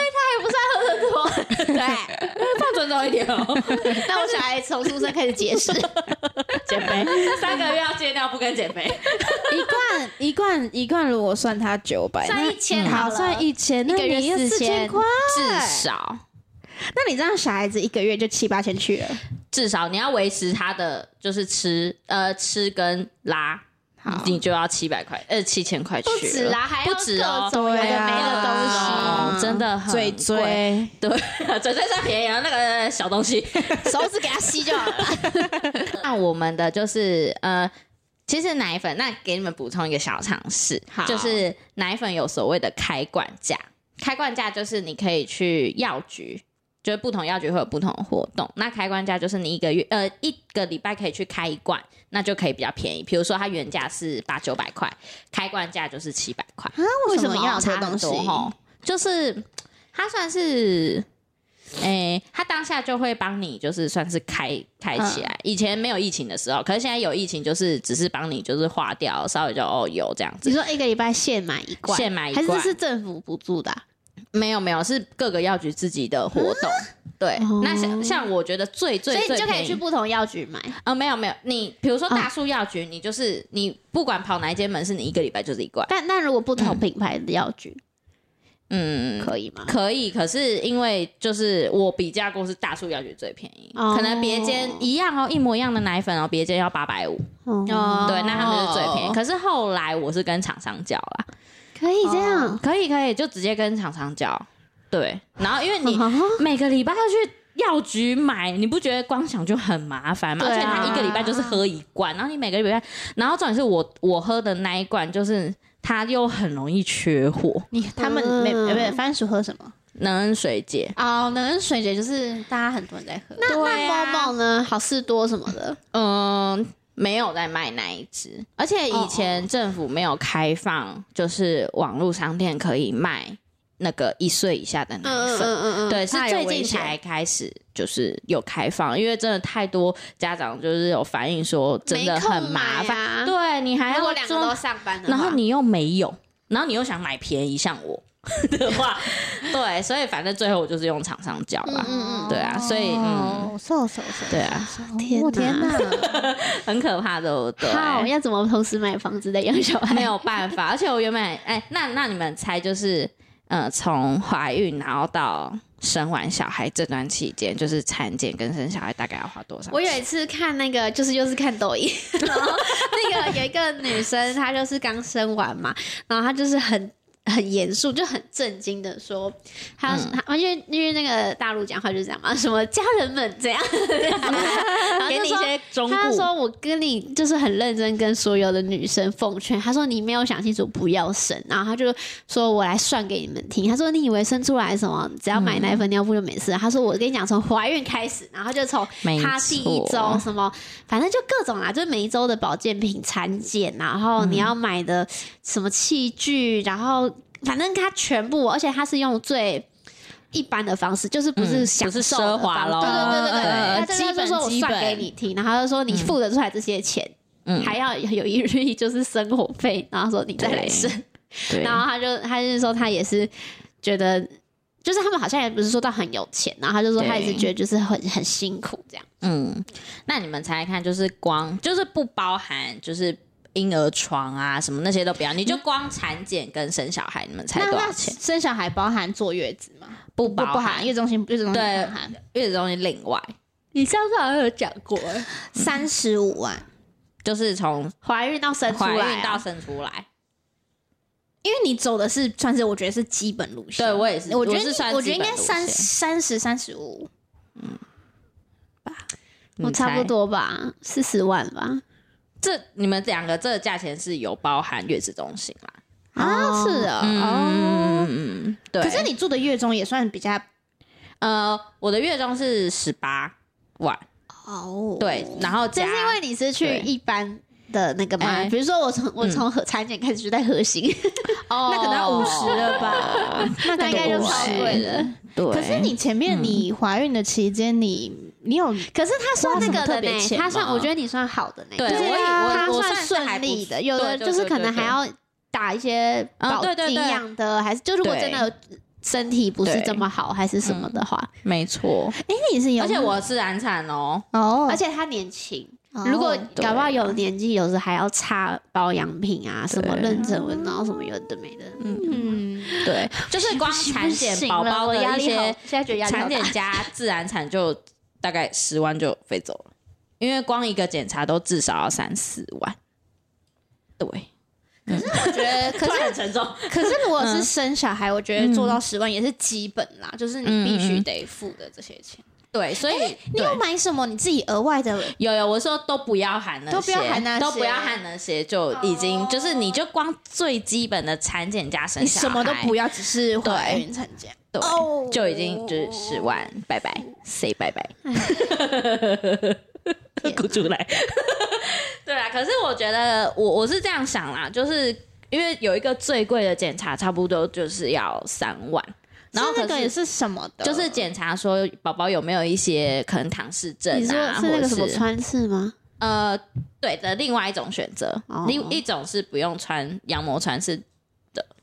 [SPEAKER 3] 不算喝得多。对，
[SPEAKER 1] 哎放尊重一点哦，
[SPEAKER 3] 那我小孩从出生开始节食，
[SPEAKER 1] 减
[SPEAKER 3] [LAUGHS]
[SPEAKER 1] 肥 [LAUGHS] 三个月要戒尿布跟减肥，
[SPEAKER 2] 一罐一罐一罐，如果算它九百，
[SPEAKER 3] 算
[SPEAKER 2] 那
[SPEAKER 3] 1000好
[SPEAKER 1] 嗯
[SPEAKER 2] 好，
[SPEAKER 3] 了
[SPEAKER 2] 算一千，那
[SPEAKER 3] 一个月
[SPEAKER 2] 你要四
[SPEAKER 3] 4000
[SPEAKER 2] 千块，
[SPEAKER 1] 至少
[SPEAKER 2] 那你这样小孩子一个月就七八千去了。
[SPEAKER 1] 至少你要维持他的就是吃呃吃跟拉，
[SPEAKER 2] 好
[SPEAKER 1] 你就要七百块呃七千块去
[SPEAKER 3] 不
[SPEAKER 1] 了，
[SPEAKER 3] 止啦，还要
[SPEAKER 1] 不止哦
[SPEAKER 3] 各种有的没
[SPEAKER 2] 对
[SPEAKER 3] 的东
[SPEAKER 2] 啊
[SPEAKER 3] 西，
[SPEAKER 1] 哦真的很
[SPEAKER 2] 最
[SPEAKER 1] 贵，
[SPEAKER 2] 最
[SPEAKER 1] 对，嘴嘴算便宜啊，那个小东西。 [LAUGHS]
[SPEAKER 3] 手指给他吸就好了。
[SPEAKER 1] 那我们的就是呃其实奶粉，那给你们补充一个小常识
[SPEAKER 3] 好，
[SPEAKER 1] 就是奶粉有所谓的开罐价，开罐价就是你可以去药局，就是不同药局会有不同的活动。那开罐价就是你一个月呃一个礼拜可以去开一罐，那就可以比较便宜。比如说它原价是八九百块，开罐价就是七百块。
[SPEAKER 2] 为什么要这
[SPEAKER 1] 差
[SPEAKER 2] 东
[SPEAKER 1] 很
[SPEAKER 2] 西
[SPEAKER 1] 多？吼？就是他算是，诶、他当下就会帮你，就是算是开开起
[SPEAKER 3] 嗯
[SPEAKER 1] 来、以前没有疫情的时候，可是现在有疫情，就是只是帮你就是化掉，稍微就哦有这样子。
[SPEAKER 3] 你说一个礼拜现买一罐，
[SPEAKER 1] 现买一
[SPEAKER 3] 还
[SPEAKER 1] 罐
[SPEAKER 3] 是是政府补助的啊、
[SPEAKER 1] 没有没有，是各个药局自己的活动。对，
[SPEAKER 3] 哦
[SPEAKER 1] 那像像我觉得最最
[SPEAKER 3] 所以
[SPEAKER 1] 最
[SPEAKER 3] 你就可
[SPEAKER 1] 便
[SPEAKER 3] 以
[SPEAKER 1] 宜
[SPEAKER 3] 去不同药局买。
[SPEAKER 1] 啊、没有没有，你比如说
[SPEAKER 3] 哦
[SPEAKER 1] 大树药局，你就是你不管跑哪一间门市，你一个礼拜就是一罐。
[SPEAKER 3] 但但如果不同品牌的药局、
[SPEAKER 1] 嗯，
[SPEAKER 3] 可以吗？
[SPEAKER 1] 可以，可是因为就是我比价过是大树药局最便宜，
[SPEAKER 3] 哦
[SPEAKER 1] 可能别间一样哦，一模一样的奶粉哦，别间要八百五，
[SPEAKER 3] 哦，
[SPEAKER 2] 哦
[SPEAKER 1] 对，那他们是最便宜。可是后来我是跟厂商叫啦，
[SPEAKER 3] 可以这样。
[SPEAKER 1] 可以可以，就直接跟厂商叫，对。然后因为
[SPEAKER 3] [LAUGHS]
[SPEAKER 1] 你
[SPEAKER 3] 啊
[SPEAKER 1] 每个礼拜要去药局买，你不觉得光想就很麻烦吗？
[SPEAKER 3] 对啊
[SPEAKER 1] 而且他一个礼拜就是喝一罐，然后你每个礼拜，然后重点是我我喝的那一罐就是它又很容易缺货，
[SPEAKER 2] 你他们没
[SPEAKER 3] 嗯
[SPEAKER 2] 没没番薯喝什么？
[SPEAKER 1] 能恩水解。
[SPEAKER 2] 哦，能水姐就是大家很多人在喝。
[SPEAKER 3] 那
[SPEAKER 1] 对
[SPEAKER 3] 那
[SPEAKER 1] 啊
[SPEAKER 3] 某某呢？好事多什么的，
[SPEAKER 1] 嗯，没有在卖那一只，而且以前政府没有开放，就是网络商店可以卖那个一岁以下的奶
[SPEAKER 3] 嗯嗯
[SPEAKER 1] 粉。
[SPEAKER 3] 嗯嗯，
[SPEAKER 1] 对，是
[SPEAKER 3] 怕有
[SPEAKER 1] 最
[SPEAKER 3] 危
[SPEAKER 1] 近
[SPEAKER 3] 险
[SPEAKER 1] 才开始，就是有开放，因为真的太多家长就是有反映说，真的
[SPEAKER 3] 没空
[SPEAKER 1] 很麻
[SPEAKER 3] 买
[SPEAKER 1] 烦。
[SPEAKER 3] 啊。
[SPEAKER 1] 对你还
[SPEAKER 3] 如
[SPEAKER 1] 要
[SPEAKER 3] 果两个都
[SPEAKER 1] 装，
[SPEAKER 3] 上班的话，
[SPEAKER 1] 然后你又没有，然后你又想买便宜，像我的话， [LAUGHS] 对，所以反正最后我就是用厂商叫
[SPEAKER 3] 嗯
[SPEAKER 1] 啦，
[SPEAKER 3] 嗯嗯，
[SPEAKER 1] 对啊，所以嗯，
[SPEAKER 2] 哦，瘦瘦瘦，
[SPEAKER 1] 对啊
[SPEAKER 2] 瘦，
[SPEAKER 3] 天
[SPEAKER 2] 我天
[SPEAKER 3] 哪
[SPEAKER 2] 哪！
[SPEAKER 1] [LAUGHS] 很可怕的，对。
[SPEAKER 3] 好，要怎么同时买房子的养
[SPEAKER 1] [LAUGHS]
[SPEAKER 3] 小孩？
[SPEAKER 1] 没有办法。而且我原本哎、那那你们猜就是，呃，从怀孕然后到生完小孩这段期间，就是产检跟生小孩大概要花多少钱？
[SPEAKER 3] 我有一次看那个，就是又是看抖音， [LAUGHS] 然后那个有一个女生，她就是刚生完嘛，然后她就是很很严肃，就很震惊的说，她、她因为因为那个大陆讲话就是这样嘛，什么家人们怎样，然后就说
[SPEAKER 1] 忠
[SPEAKER 3] 她
[SPEAKER 1] 告。
[SPEAKER 3] 说我跟你就是很认真跟所有的女生奉劝，她说你没有想清楚不要生，然后她就说我来算给你们听，她说你以为生出来什么只要买奶粉尿布就没事了，她说我跟你讲从怀孕开始，然后就从
[SPEAKER 1] 没
[SPEAKER 3] 她第一周
[SPEAKER 1] 错，
[SPEAKER 3] 什么，反正就各种啦，就是每一周的保健品产检，啊然后你
[SPEAKER 1] 嗯
[SPEAKER 3] 要买的什么器具，然后反正它全部，而且它是用最。一般的方式就是不是
[SPEAKER 1] 嗯
[SPEAKER 3] 享
[SPEAKER 1] 不是
[SPEAKER 3] 受的
[SPEAKER 1] 奢华
[SPEAKER 3] 方式
[SPEAKER 1] 咯
[SPEAKER 3] 对对对对
[SPEAKER 1] 呃
[SPEAKER 3] 对，他真的就
[SPEAKER 1] 基本
[SPEAKER 3] 说我
[SPEAKER 1] 基
[SPEAKER 3] 算
[SPEAKER 1] 本
[SPEAKER 3] 给你听，然后就说你付得出来这些钱，
[SPEAKER 1] 嗯
[SPEAKER 3] 还要有一日就是生活费，然后说你再来
[SPEAKER 1] 对
[SPEAKER 3] 生，
[SPEAKER 1] 对，
[SPEAKER 3] 然后他就他就是说他也是觉得，就是他们好像也不是说到很有钱，然后他就说他也是
[SPEAKER 1] 对
[SPEAKER 3] 觉得就是很很辛苦这样。
[SPEAKER 1] 嗯，那你们猜猜看，就是光就是不包含就是。婴儿床啊，什么那些都不要，你就光产检跟生小孩，你们猜
[SPEAKER 2] 那
[SPEAKER 1] 多少
[SPEAKER 2] 那
[SPEAKER 1] 钱？
[SPEAKER 2] 生小孩包含坐月子吗？
[SPEAKER 1] 不
[SPEAKER 2] 不
[SPEAKER 1] 包
[SPEAKER 2] 不含，月中心月中心不
[SPEAKER 1] 对
[SPEAKER 2] 含。
[SPEAKER 1] 月子中心另外，
[SPEAKER 2] 你上次好像有讲过，三十五万，
[SPEAKER 1] 就是从
[SPEAKER 3] 怀孕到生出
[SPEAKER 1] 怀
[SPEAKER 3] 来、啊
[SPEAKER 1] 孕到生啊出来，
[SPEAKER 2] 因为你走的是算是我觉得是基本路线。
[SPEAKER 1] 对我也是
[SPEAKER 2] 我觉
[SPEAKER 1] 我
[SPEAKER 2] 得
[SPEAKER 1] 是
[SPEAKER 2] 你
[SPEAKER 1] 算
[SPEAKER 2] 我觉得
[SPEAKER 1] 基
[SPEAKER 2] 应
[SPEAKER 1] 本
[SPEAKER 2] 该
[SPEAKER 1] 路
[SPEAKER 2] 三
[SPEAKER 1] 线
[SPEAKER 2] 三十三十五，
[SPEAKER 1] 你
[SPEAKER 3] 我哦差
[SPEAKER 1] 猜
[SPEAKER 3] 不多吧，四十万吧。
[SPEAKER 1] 这你们两个这个价钱是有包含月子中心啦。
[SPEAKER 2] 啊，
[SPEAKER 3] 哦
[SPEAKER 2] 是哦，
[SPEAKER 1] 嗯嗯嗯，对。
[SPEAKER 2] 可是你住的月中也算比较
[SPEAKER 1] 呃，我的月中是十八万，
[SPEAKER 2] 哦，
[SPEAKER 1] 对，然后
[SPEAKER 3] 这
[SPEAKER 1] 加
[SPEAKER 3] 是因为你是去
[SPEAKER 1] 对
[SPEAKER 3] 一般的那个嘛，
[SPEAKER 1] 哎
[SPEAKER 3] 比如说我从我从核产检开始就在核心，
[SPEAKER 1] [LAUGHS] 哦
[SPEAKER 2] 那可能要五十了吧，那
[SPEAKER 3] 那
[SPEAKER 2] 感
[SPEAKER 3] 应
[SPEAKER 2] 觉
[SPEAKER 3] 该就
[SPEAKER 2] 50
[SPEAKER 3] 超贵了。
[SPEAKER 1] 对，嗯
[SPEAKER 2] 可是你前面你怀孕的期间，你你有
[SPEAKER 1] 哎
[SPEAKER 3] 可是他算那
[SPEAKER 2] 花什么
[SPEAKER 3] 个
[SPEAKER 2] 特
[SPEAKER 3] 的
[SPEAKER 2] 别
[SPEAKER 3] 呢，
[SPEAKER 2] 钱
[SPEAKER 3] 他算
[SPEAKER 2] 吗
[SPEAKER 3] 我觉得你算好的呢，
[SPEAKER 1] 对
[SPEAKER 3] 就是
[SPEAKER 2] 我也我
[SPEAKER 3] 他
[SPEAKER 1] 我
[SPEAKER 3] 算
[SPEAKER 1] 算是还
[SPEAKER 3] 顺
[SPEAKER 1] 不
[SPEAKER 3] 利的，
[SPEAKER 1] 错
[SPEAKER 3] 有
[SPEAKER 1] 对
[SPEAKER 3] 的
[SPEAKER 1] 对
[SPEAKER 3] 就是
[SPEAKER 1] 对
[SPEAKER 3] 可能
[SPEAKER 1] 对
[SPEAKER 3] 还要打一些
[SPEAKER 1] 嗯
[SPEAKER 3] 保
[SPEAKER 1] 对对
[SPEAKER 3] 营
[SPEAKER 1] 对
[SPEAKER 3] 养的，还是就如果真的身体不是
[SPEAKER 1] 对嗯
[SPEAKER 3] 这么好还是什么的话，
[SPEAKER 1] 没错，
[SPEAKER 2] 哎，你是有，
[SPEAKER 1] 而且我是难产哦，
[SPEAKER 2] 哦，
[SPEAKER 3] 而且他年轻，
[SPEAKER 2] 哦
[SPEAKER 3] 如果
[SPEAKER 1] 对
[SPEAKER 3] 搞不好有年纪，有时还要擦保养品啊，什么
[SPEAKER 1] 对
[SPEAKER 3] 认证纹，然啊后什么有的没的。
[SPEAKER 2] 嗯，
[SPEAKER 1] 对，就是光产检宝宝的一些
[SPEAKER 3] 现在觉得压力
[SPEAKER 1] 产
[SPEAKER 3] 好
[SPEAKER 1] 检加自然产就大概十万就飞走了，因为光一个检查都至少要三四万，对，
[SPEAKER 2] 我觉得，可
[SPEAKER 1] 突
[SPEAKER 2] 是
[SPEAKER 1] 然很沉重，
[SPEAKER 2] 可是如
[SPEAKER 3] 嗯
[SPEAKER 2] 果是
[SPEAKER 1] 嗯嗯
[SPEAKER 2] 生小孩，我觉得做到十万也是基本啦，就是你必须得付的这些钱。
[SPEAKER 1] 对，所以、
[SPEAKER 2] 哎你
[SPEAKER 1] 对
[SPEAKER 2] 有买什么你自己额外的？
[SPEAKER 1] 有有，我说都不要喊那些，
[SPEAKER 2] 都不要喊那些哦
[SPEAKER 1] 都不要喊那些，就已经、就是你就光最基本的产检加生
[SPEAKER 2] 你
[SPEAKER 1] 小孩，
[SPEAKER 2] 什么都不要，只是怀
[SPEAKER 1] 对
[SPEAKER 2] 孕产检。
[SPEAKER 1] 对
[SPEAKER 2] 哦
[SPEAKER 1] 就已经就是十万，拜拜，say 拜拜，
[SPEAKER 2] 哎
[SPEAKER 1] [LAUGHS] 哭出来。对啊，可是我觉得我我是这样想啦，就是因为有一个最贵的检查，差不多就是要三万，然后
[SPEAKER 2] 是那
[SPEAKER 1] 可
[SPEAKER 2] 个也是什么的？
[SPEAKER 1] 就是检查说宝宝有没有一些可能唐氏症
[SPEAKER 3] 你说
[SPEAKER 1] 啊，
[SPEAKER 3] 是
[SPEAKER 1] 或
[SPEAKER 3] 那
[SPEAKER 1] 者
[SPEAKER 3] 个什么川式吗？
[SPEAKER 1] 呃，对的，另外一种选择
[SPEAKER 3] 哦，
[SPEAKER 1] 另、一种是不用穿羊膜穿是，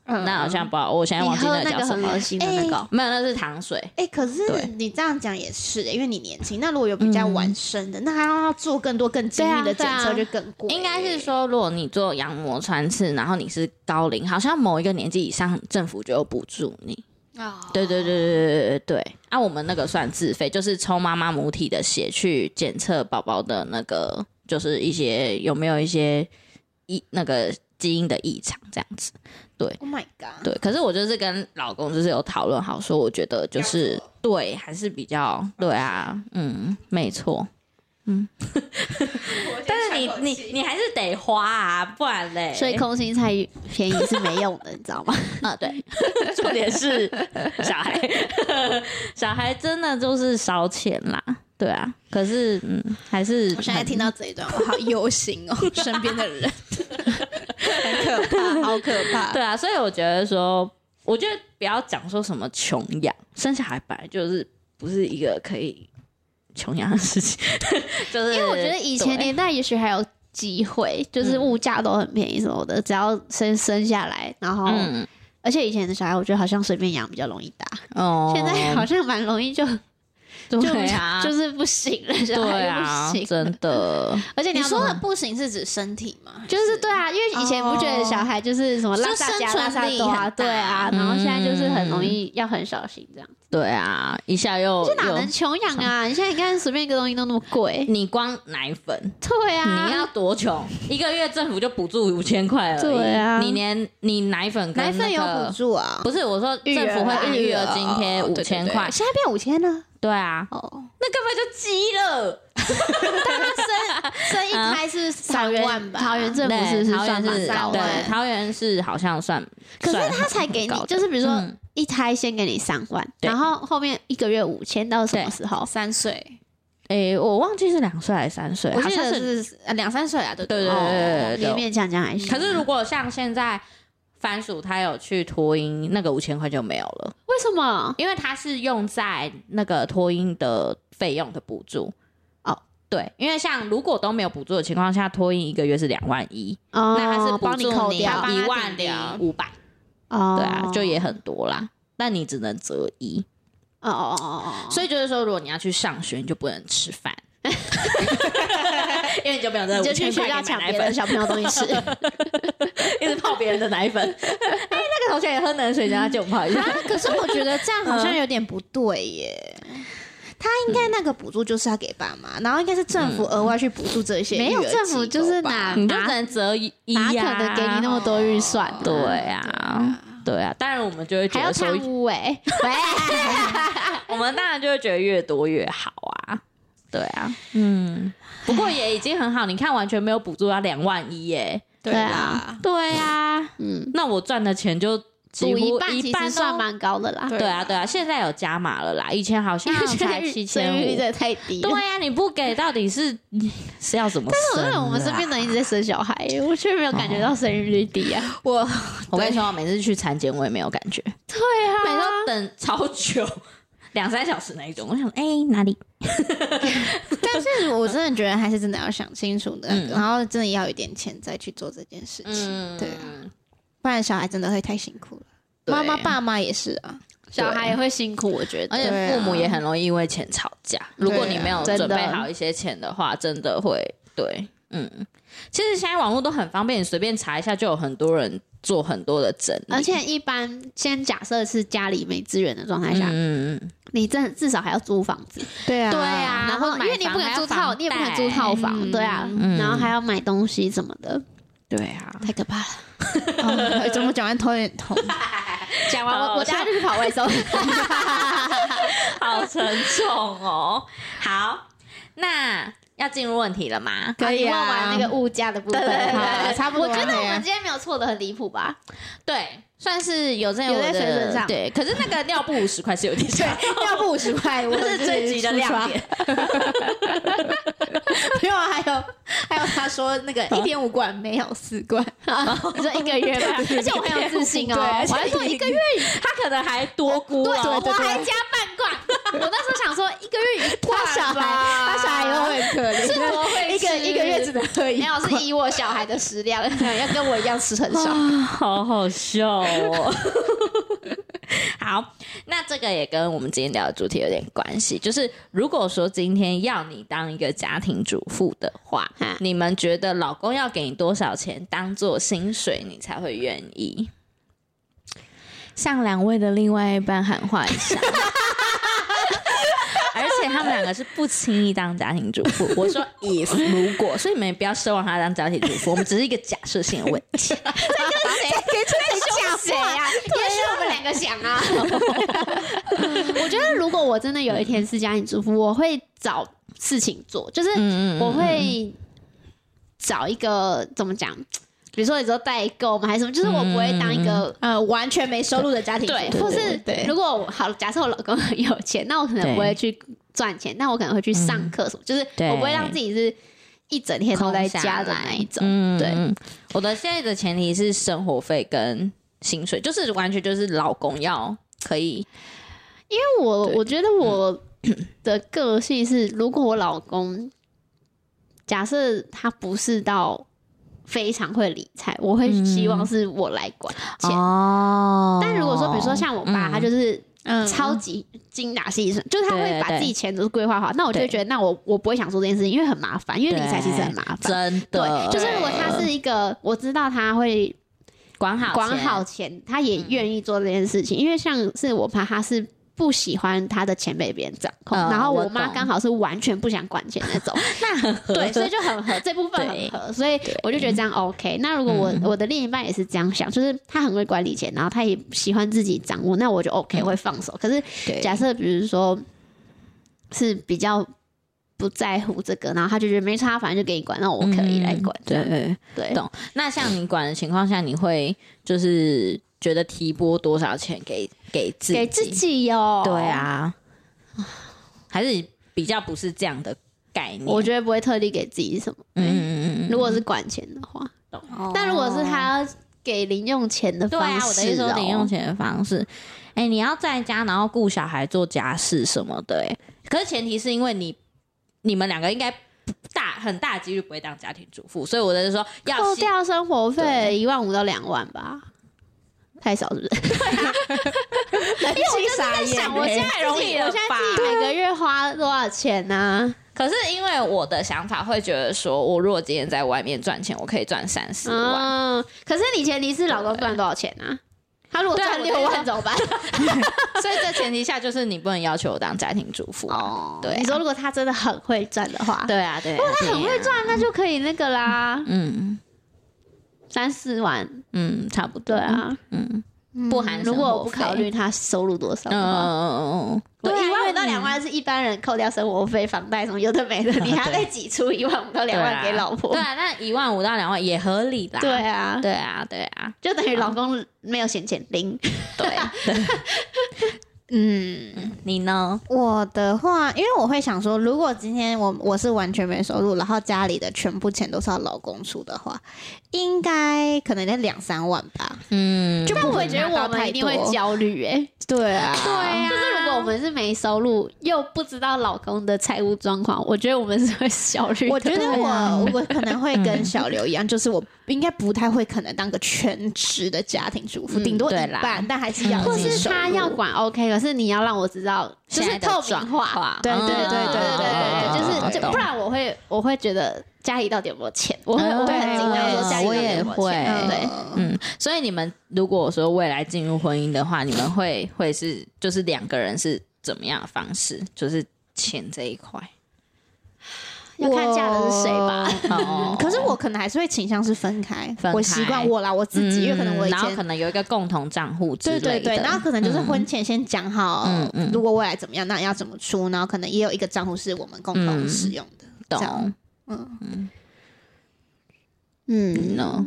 [SPEAKER 2] 嗯
[SPEAKER 1] 那好像不好，我现在
[SPEAKER 3] 你
[SPEAKER 1] 忘记
[SPEAKER 3] 喝
[SPEAKER 1] 那
[SPEAKER 3] 那
[SPEAKER 1] 叫
[SPEAKER 3] 个
[SPEAKER 1] 什
[SPEAKER 3] 很
[SPEAKER 1] 么
[SPEAKER 3] 恶
[SPEAKER 1] 了，
[SPEAKER 3] 心的那个哦，
[SPEAKER 1] 没有，那是糖水。
[SPEAKER 2] 哎、可是
[SPEAKER 1] 对嗯
[SPEAKER 2] 你这样讲也是、因为你年轻。那如果有比较晚生的，那还要做更多更精密的
[SPEAKER 3] 对
[SPEAKER 2] 检
[SPEAKER 3] 啊
[SPEAKER 2] 测，就更贵。
[SPEAKER 1] 应该是说，如果你做羊膜穿刺，然后你是高龄，好像某一个年纪以上，政府就有补助你。
[SPEAKER 2] 哦，
[SPEAKER 1] 对啊对对对对对对。啊，我们那个算自费，就是抽妈妈母体的血去检测宝宝的那个，就是一些有没有一些异那个基因的异常这样子。
[SPEAKER 2] ，Oh my god！
[SPEAKER 1] 对，可是我就是跟老公就是有讨论好，说我觉得就是对，还是比较对啊，嗯，没错，嗯。但是你你你还是得花啊，不然嘞。
[SPEAKER 3] 所以空心菜便宜是没用的，你知道吗？
[SPEAKER 1] [LAUGHS] 啊，
[SPEAKER 3] [LAUGHS]
[SPEAKER 1] 对， [LAUGHS] 重点是小孩，小孩真的就是烧钱啦，对啊。可是嗯，还是
[SPEAKER 2] 我现在
[SPEAKER 1] 很
[SPEAKER 2] 听到这一段，我好忧心
[SPEAKER 1] [LAUGHS]
[SPEAKER 2] 哦，身边的人很可怕，好可怕。
[SPEAKER 1] 对啊，所以我觉得说，我觉得不要讲说什么穷养，生小孩本来就是不是一个可以穷养的事情， [LAUGHS] 就是
[SPEAKER 3] 因为我觉得以前
[SPEAKER 1] 对
[SPEAKER 3] 年代也许还有机会，就是物价都很便宜什么的，只要生生下来，然后、
[SPEAKER 1] 嗯
[SPEAKER 3] 而且以前的小孩，我觉得好像随便养比较容易大， [LAUGHS]
[SPEAKER 1] 哦，
[SPEAKER 3] 现在好像蛮容易就就
[SPEAKER 1] 对啊，
[SPEAKER 3] [LAUGHS] 就是不行了，小
[SPEAKER 1] 对
[SPEAKER 3] 孩
[SPEAKER 1] 啊
[SPEAKER 3] 就不，行了，
[SPEAKER 1] 真的，
[SPEAKER 3] 而且你
[SPEAKER 2] 你
[SPEAKER 3] 要
[SPEAKER 2] 说的
[SPEAKER 3] 怎么
[SPEAKER 2] 不行是指身体吗？
[SPEAKER 3] 就是对啊，因为以前不觉
[SPEAKER 1] 哦
[SPEAKER 3] 得小孩就是什么拉
[SPEAKER 2] 就
[SPEAKER 3] 萨加
[SPEAKER 2] 生
[SPEAKER 3] 拉
[SPEAKER 2] 存
[SPEAKER 3] 萨
[SPEAKER 2] 力
[SPEAKER 3] 多啊，
[SPEAKER 2] 很
[SPEAKER 3] 对啊，
[SPEAKER 1] 大嗯
[SPEAKER 3] 然后现在就是很容易要很小心这样，
[SPEAKER 1] 对啊，一下又
[SPEAKER 3] 这哪
[SPEAKER 1] 又
[SPEAKER 3] 能穷养啊？你现在你看随便一个东西都那么贵，
[SPEAKER 1] 你光奶粉，
[SPEAKER 3] 对啊，
[SPEAKER 1] 你要多穷？一个月政府就补助五千块而已，
[SPEAKER 3] 对啊
[SPEAKER 1] 你连你奶粉跟
[SPEAKER 2] 奶粉有
[SPEAKER 1] 那个
[SPEAKER 2] 补助啊？
[SPEAKER 1] 不是我说政府
[SPEAKER 3] 啊
[SPEAKER 1] 会给育儿津贴五千块，
[SPEAKER 2] 现在变五千了。
[SPEAKER 1] 对啊，
[SPEAKER 3] 哦，
[SPEAKER 1] 那根本就鸡了。
[SPEAKER 2] 生一胎是
[SPEAKER 3] 桃
[SPEAKER 2] 三万
[SPEAKER 3] 园
[SPEAKER 2] 吧？
[SPEAKER 3] 桃园政府
[SPEAKER 1] 对，
[SPEAKER 3] 是不是
[SPEAKER 1] 桃
[SPEAKER 3] 算
[SPEAKER 1] 园
[SPEAKER 3] 蛮
[SPEAKER 1] 是
[SPEAKER 3] 高
[SPEAKER 2] 的
[SPEAKER 1] 对，桃园是好像算，
[SPEAKER 3] 可是
[SPEAKER 1] 算
[SPEAKER 3] 他才给你
[SPEAKER 1] 高，的
[SPEAKER 3] 就是比如说
[SPEAKER 1] 嗯
[SPEAKER 3] 一胎先给你三万，
[SPEAKER 1] 对
[SPEAKER 3] 然后后面一个月五千，到什么
[SPEAKER 1] 对
[SPEAKER 3] 时候？
[SPEAKER 2] 三岁，
[SPEAKER 3] 哎
[SPEAKER 1] 诶，我忘记是两岁还是三岁，
[SPEAKER 2] 我
[SPEAKER 1] 好
[SPEAKER 2] 记
[SPEAKER 1] 像
[SPEAKER 2] 得
[SPEAKER 1] 是。
[SPEAKER 2] 是呃两三岁啊，对
[SPEAKER 1] 对
[SPEAKER 2] 对
[SPEAKER 1] 对对对
[SPEAKER 3] 哦勉
[SPEAKER 1] 对
[SPEAKER 3] 勉强强还行。
[SPEAKER 1] 可是如果像现在番薯，它有去托婴，那个五千块就没有了，
[SPEAKER 3] 为什么？
[SPEAKER 1] 因为它是用在那个托婴的费用的补助。
[SPEAKER 3] 哦，
[SPEAKER 1] 对，因为像如果都没有补助的情况下，托婴一个月是两万一，
[SPEAKER 3] 哦，
[SPEAKER 1] 那它是补
[SPEAKER 3] 帮你
[SPEAKER 1] 助
[SPEAKER 3] 扣
[SPEAKER 1] 一
[SPEAKER 2] 它
[SPEAKER 3] 掉
[SPEAKER 2] 帮，他
[SPEAKER 1] 万
[SPEAKER 2] 顶掉
[SPEAKER 1] 零五百，
[SPEAKER 3] 哦，
[SPEAKER 1] 对啊，就也很多啦。但你只能择一，
[SPEAKER 3] 哦哦哦哦哦，
[SPEAKER 1] 所以就是说，如果你要去上学，你就不能吃
[SPEAKER 3] [LAUGHS]
[SPEAKER 1] 饭，因为你就没有这个
[SPEAKER 3] 你就
[SPEAKER 1] 呃五
[SPEAKER 3] 去
[SPEAKER 1] 千
[SPEAKER 3] 学
[SPEAKER 1] 块
[SPEAKER 3] 校
[SPEAKER 1] 可以
[SPEAKER 3] 抢
[SPEAKER 1] 买奶
[SPEAKER 3] 别的
[SPEAKER 1] 粉，
[SPEAKER 3] 小朋友东西吃，
[SPEAKER 1] [LAUGHS] 一直泡别人的奶粉。
[SPEAKER 3] [LAUGHS]
[SPEAKER 1] 哎、那个同学也喝冷水，叫他就不好意思。
[SPEAKER 2] 啊，可是我觉得这样好像有点不对耶。他应该那个补助就是要给爸妈，然后应该是政府额外去补助这些育儿
[SPEAKER 3] 没
[SPEAKER 2] 机构吧。
[SPEAKER 3] 有政府就是
[SPEAKER 1] [LAUGHS]
[SPEAKER 3] 拿
[SPEAKER 1] 你就只能择一啊呀、
[SPEAKER 3] 哪可能给你那么多预算呢？
[SPEAKER 1] 对啊，对啊。当然，我们就会觉
[SPEAKER 3] 还要
[SPEAKER 1] 得说
[SPEAKER 3] 贪，污哎，喂，
[SPEAKER 1] 我们当然就会觉得越多越好啊。对啊，嗯。不过也已经很好，你看完全没有补助要两万一耶。
[SPEAKER 2] 对啊，
[SPEAKER 1] 对啊，
[SPEAKER 3] 嗯，
[SPEAKER 1] 那我赚的钱就几
[SPEAKER 3] 补
[SPEAKER 1] 乎
[SPEAKER 3] 一半其
[SPEAKER 1] 都
[SPEAKER 3] 实算蛮高的 [LAUGHS] 啦，
[SPEAKER 1] 哦对啊，对啊，现在有加码了啦，以前好像 [LAUGHS]
[SPEAKER 3] 因为现在
[SPEAKER 1] 才
[SPEAKER 3] 育
[SPEAKER 1] 七
[SPEAKER 3] 生
[SPEAKER 1] 千
[SPEAKER 3] 育率
[SPEAKER 1] 五
[SPEAKER 3] 真。的太低了
[SPEAKER 1] 对。呀、你不给到底是是要怎么、啊？但
[SPEAKER 3] 但是我们身边的人一直在生小孩，我却没有感觉到生育率低啊。
[SPEAKER 2] 我
[SPEAKER 1] 我跟你说，每次去产检我也没有感觉，
[SPEAKER 3] 对啊
[SPEAKER 1] 每次都等超久，两三小时那一种。我想，哎、哪里？
[SPEAKER 2] 但是我真的觉得还是真的要想清楚的，
[SPEAKER 1] 嗯
[SPEAKER 2] 然后真的要有一点钱再去做这件事情，
[SPEAKER 1] 嗯，
[SPEAKER 2] 对啊不然小孩真的会太辛苦了。
[SPEAKER 1] 对
[SPEAKER 2] 妈妈、爸妈也是啊，
[SPEAKER 3] 小孩也会辛苦，我觉
[SPEAKER 1] 而
[SPEAKER 3] 得。
[SPEAKER 1] 且父母也很容易因为钱吵架。如果你没有
[SPEAKER 3] 真的
[SPEAKER 1] 准备好一些钱的话，真的会对，嗯。其实现在网络都很方便，你随便查一下就有很多人做很多的整理，
[SPEAKER 3] 嗯而且一般先假设是家里没资源的状态
[SPEAKER 1] 嗯
[SPEAKER 3] 下，
[SPEAKER 1] 嗯嗯，
[SPEAKER 3] 你真至少还要租房子，
[SPEAKER 2] 对啊，
[SPEAKER 1] 对啊
[SPEAKER 3] 然后
[SPEAKER 1] 然后
[SPEAKER 3] 因为你不可能租
[SPEAKER 1] 买
[SPEAKER 3] 套，
[SPEAKER 1] 房
[SPEAKER 3] 你也不可能租套房，
[SPEAKER 2] 嗯
[SPEAKER 3] 对啊，然后还要买东西什么的，
[SPEAKER 1] 对啊。
[SPEAKER 3] 太可怕了。
[SPEAKER 2] 哦怎么
[SPEAKER 3] [LAUGHS] 啊
[SPEAKER 2] 讲完头有点痛。
[SPEAKER 3] 讲完
[SPEAKER 1] 好
[SPEAKER 3] 我我 [LAUGHS]
[SPEAKER 1] 像
[SPEAKER 3] 等下就去跑外送，
[SPEAKER 1] 好沉重哦。好，那要进入问题了吗？
[SPEAKER 2] 可以啊
[SPEAKER 3] 你问完那个物价的部分，
[SPEAKER 1] 对对对
[SPEAKER 3] 好
[SPEAKER 2] 对差不多
[SPEAKER 3] 我觉得
[SPEAKER 2] 了
[SPEAKER 3] 我们今天没有错的很离谱吧？
[SPEAKER 1] 对，算是有在
[SPEAKER 3] 有
[SPEAKER 1] 我
[SPEAKER 3] 在
[SPEAKER 1] 的
[SPEAKER 3] 水准上
[SPEAKER 1] 对，可是那个尿布五十块是有点少，
[SPEAKER 2] 要不五十块，我
[SPEAKER 1] 这是最急的亮点。
[SPEAKER 2] [LAUGHS] 没有，啊还有还有，他说那个一点五罐没有四
[SPEAKER 3] [LAUGHS]
[SPEAKER 2] 罐，
[SPEAKER 3] 你说一个月 [LAUGHS] 吧，而且我很有自信哦，
[SPEAKER 2] 对而且
[SPEAKER 3] 我还说一个月
[SPEAKER 1] 他可能还多估
[SPEAKER 3] 对，
[SPEAKER 1] 了。
[SPEAKER 3] 我还加半罐。我那时候想说一个月一罐
[SPEAKER 2] 他小孩
[SPEAKER 3] [LAUGHS] 吧
[SPEAKER 2] 他小孩又很可
[SPEAKER 3] 是
[SPEAKER 2] 怜，
[SPEAKER 3] 多会
[SPEAKER 2] 一个
[SPEAKER 3] 吃
[SPEAKER 2] 一个月只能喝一
[SPEAKER 3] 没
[SPEAKER 2] 罐，
[SPEAKER 3] 有
[SPEAKER 2] [LAUGHS]
[SPEAKER 3] 是以我小孩的食量，要跟我一样吃很 [LAUGHS] 少。
[SPEAKER 1] 好好笑哦！ [LAUGHS] 好，那这个也跟我们今天聊的主题有点关系，就是如果说今天要你当一个家庭主妇的话
[SPEAKER 3] 哈，
[SPEAKER 1] 你们觉得老公要给你多少钱当做薪水，你才会愿意？向两位的另外一半喊话一下。 [LAUGHS] 而且他们两个是不轻易当家庭主妇。我说 if 如果，所以你们也不要奢望他当家庭主妇，我们只是一个假设性的问题。
[SPEAKER 3] 谁跟谁讲话呀？也许我们两个想啊。 [LAUGHS] 我觉得如果我真的有一天是家庭主妇，我会找事情做，就是
[SPEAKER 1] 嗯
[SPEAKER 3] 我会找一个怎么讲，比如说你说代购嘛还是什么，就是我不会当一个。
[SPEAKER 2] 呃，完全没收入的
[SPEAKER 1] 嗯
[SPEAKER 2] 家庭主妇，
[SPEAKER 3] 对，或是
[SPEAKER 2] 对
[SPEAKER 3] 如果我好，假设我老公很有钱，那我可能不会去赚钱，但我可能会去上课什么，就是
[SPEAKER 1] 对
[SPEAKER 3] 我不会让自己是一整天都在家的那一种。
[SPEAKER 1] 嗯
[SPEAKER 3] 对
[SPEAKER 1] 对，我的现在的前提是生活费跟薪水，就是完全就是老公要可以，
[SPEAKER 3] 因为我
[SPEAKER 1] 对
[SPEAKER 3] 我觉得我的个性是，如果我老公假设他不是到非常会理财，我会
[SPEAKER 1] 嗯
[SPEAKER 3] 希望是我来管钱。
[SPEAKER 1] 哦
[SPEAKER 3] 但如果说，比如说像我爸，
[SPEAKER 1] 嗯
[SPEAKER 3] 他就是
[SPEAKER 2] 嗯
[SPEAKER 3] 超级精打细算，就是他
[SPEAKER 1] 对
[SPEAKER 3] 会把
[SPEAKER 1] 对
[SPEAKER 3] 自己钱都规划好。那我就会
[SPEAKER 1] 对
[SPEAKER 3] 觉得，那我我不会想做这件事情，因为很麻烦，因为理财其实很麻烦。
[SPEAKER 1] 真的
[SPEAKER 3] 对，就是如果他是一个我知道他会
[SPEAKER 1] 管好
[SPEAKER 3] 管
[SPEAKER 1] 钱
[SPEAKER 3] 好钱，他也
[SPEAKER 1] 嗯
[SPEAKER 3] 愿意做这件事情，因为像是我爸，他是。不喜欢他的钱被别人掌控，
[SPEAKER 1] 嗯
[SPEAKER 3] 然后
[SPEAKER 1] 我
[SPEAKER 3] 我妈
[SPEAKER 1] 懂
[SPEAKER 3] 刚好是完全不想管钱那
[SPEAKER 1] [LAUGHS]
[SPEAKER 3] 种，对，所以就很合，这部分
[SPEAKER 1] 对嗯
[SPEAKER 3] 很合，所以我就觉得这样 OK。那如果我、我的另一半也是这样想，就是他很会管理钱，然后他也喜欢自己掌握，那我就
[SPEAKER 1] 嗯
[SPEAKER 3] OK 会放手。可是
[SPEAKER 1] [LAUGHS] 对
[SPEAKER 3] 假设比如说是比较不在乎这个，然后他就觉得没差，反正就给你管，那我可以来管。这样
[SPEAKER 1] 嗯对，
[SPEAKER 3] 对
[SPEAKER 1] 懂。那像你管的情况下，你会就是觉得提拨多少钱给给自己？
[SPEAKER 3] 给自己哦哟。
[SPEAKER 1] 对，啊，还是比较不是这样的概念。
[SPEAKER 3] 我觉得不会特地给自己什么。
[SPEAKER 1] 嗯嗯嗯嗯
[SPEAKER 3] 如果是管钱的话，
[SPEAKER 1] 哦
[SPEAKER 3] 但如果是他要给零用钱的
[SPEAKER 1] 对
[SPEAKER 3] 方式、哦
[SPEAKER 1] 啊，我的意思说零用。钱的方式，哎、你要在家然后顾小孩做家事什么的、哎，可是前提是因为你你们两个应该不大很大几率不会当家庭主妇，所以我的是说要
[SPEAKER 3] 扣
[SPEAKER 1] 先
[SPEAKER 3] 哦掉生活费
[SPEAKER 1] 对
[SPEAKER 3] 一万五到两万吧，太少是不是？ [LAUGHS] 哎
[SPEAKER 2] 因为我就傻眼
[SPEAKER 3] 想我现在
[SPEAKER 1] 太容易了
[SPEAKER 3] 我现在
[SPEAKER 1] 吧
[SPEAKER 3] 欸自己每个月花多少钱啊呢、
[SPEAKER 1] 可是因为我的想法会觉得说，我如果今天在外面赚钱，我可以赚三四万。
[SPEAKER 3] 嗯，可是你前提是老公赚多少钱啊？他如果
[SPEAKER 1] 对啊
[SPEAKER 3] 赚
[SPEAKER 1] 我
[SPEAKER 3] 六
[SPEAKER 1] 就
[SPEAKER 3] 万怎么办？嗯
[SPEAKER 1] 所以这前提下就是你不能要求我当家庭主妇、啊。
[SPEAKER 3] 哦
[SPEAKER 1] 对啊
[SPEAKER 3] 你说如果他真的很会赚的话，
[SPEAKER 1] 对啊，对啊，
[SPEAKER 3] 他很会
[SPEAKER 1] 对啊。
[SPEAKER 3] 赚，那就可以那个啦，
[SPEAKER 1] 嗯
[SPEAKER 3] 三四万，
[SPEAKER 1] 嗯，差不多。
[SPEAKER 3] 对，啊，
[SPEAKER 1] 嗯
[SPEAKER 3] 不
[SPEAKER 1] 含生
[SPEAKER 3] 如果
[SPEAKER 1] 活
[SPEAKER 3] 我不
[SPEAKER 1] 费
[SPEAKER 3] 考虑他收入多少
[SPEAKER 1] 嗯嗯
[SPEAKER 3] 的话。
[SPEAKER 1] 嗯嗯
[SPEAKER 3] 对
[SPEAKER 1] 嗯，
[SPEAKER 3] 啊，
[SPEAKER 1] 一万
[SPEAKER 3] 一万
[SPEAKER 1] 五
[SPEAKER 3] 五
[SPEAKER 1] 到
[SPEAKER 3] 到
[SPEAKER 1] 两
[SPEAKER 3] 两
[SPEAKER 1] 万。
[SPEAKER 3] 万是一般人扣掉生活费、房贷什么有的 [LAUGHS] 没的，你还要再挤出一万五到两万给老婆
[SPEAKER 1] 对。啊，那一万五到两万也合理啦。
[SPEAKER 3] 对啊，
[SPEAKER 1] 对啊，对啊，
[SPEAKER 3] 就等于老公没有闲钱零。
[SPEAKER 1] 对。
[SPEAKER 2] 嗯，
[SPEAKER 1] 你呢？
[SPEAKER 2] 我的话，因为我会想说，如果今天我我是完全没收入，然后家里的全部钱都是要老公出的话，应该可能得两三万吧。
[SPEAKER 1] 嗯，
[SPEAKER 2] 就
[SPEAKER 3] 但
[SPEAKER 2] 不
[SPEAKER 3] 我
[SPEAKER 2] 会
[SPEAKER 3] 觉得
[SPEAKER 2] 拿
[SPEAKER 3] 我
[SPEAKER 2] 到
[SPEAKER 3] 们
[SPEAKER 2] 太
[SPEAKER 3] 一定会
[SPEAKER 2] 多
[SPEAKER 3] 焦虑哎，
[SPEAKER 2] 对啊，
[SPEAKER 1] 对啊
[SPEAKER 3] 就是如果我们是没收入又不知道老公的财务状况，我觉得我们是会焦虑的。
[SPEAKER 2] 我觉得
[SPEAKER 3] 对啊
[SPEAKER 2] 我我可能会跟小刘一样，就是我应该不太会可能当个全职的家庭主妇，
[SPEAKER 1] 嗯
[SPEAKER 2] 顶多一
[SPEAKER 1] 对啦
[SPEAKER 2] 半，但还是要
[SPEAKER 1] 嗯
[SPEAKER 3] 或
[SPEAKER 2] 有自己
[SPEAKER 3] 是
[SPEAKER 2] 收
[SPEAKER 3] 他
[SPEAKER 2] 入
[SPEAKER 3] 要管 OK，可是你要让我知道，就是透明化。
[SPEAKER 1] 化
[SPEAKER 2] 对
[SPEAKER 3] 对对对对
[SPEAKER 1] 嗯
[SPEAKER 3] 对对，就是就不
[SPEAKER 1] 然。
[SPEAKER 3] 然我会我会觉得家里到底有没有钱，我会我会很紧张说家里到底有没有
[SPEAKER 1] 我
[SPEAKER 3] 钱，
[SPEAKER 1] 也会
[SPEAKER 3] 对。
[SPEAKER 2] 嗯
[SPEAKER 1] 嗯，所以你们如果说未来进入婚姻的话，你们会会是就是两个人是怎么样的方式？就是钱这一块，
[SPEAKER 3] 要看嫁的是谁吧。
[SPEAKER 1] 哦
[SPEAKER 2] 嗯可是我可能还是会倾向是分开，
[SPEAKER 1] 分开
[SPEAKER 2] 我习惯我啦，我自己，因为可能我以
[SPEAKER 1] 嗯然后
[SPEAKER 2] 前
[SPEAKER 1] 可能有一个共同账户之
[SPEAKER 2] 对
[SPEAKER 1] 类的，
[SPEAKER 2] 对对，然后可能就是婚前先讲好
[SPEAKER 1] 嗯嗯，
[SPEAKER 2] 如果未来怎么样，那要怎么出，然后可能也有一个账户是我们共同使用的，这样
[SPEAKER 1] 懂。
[SPEAKER 2] 嗯，
[SPEAKER 3] 嗯
[SPEAKER 1] 喏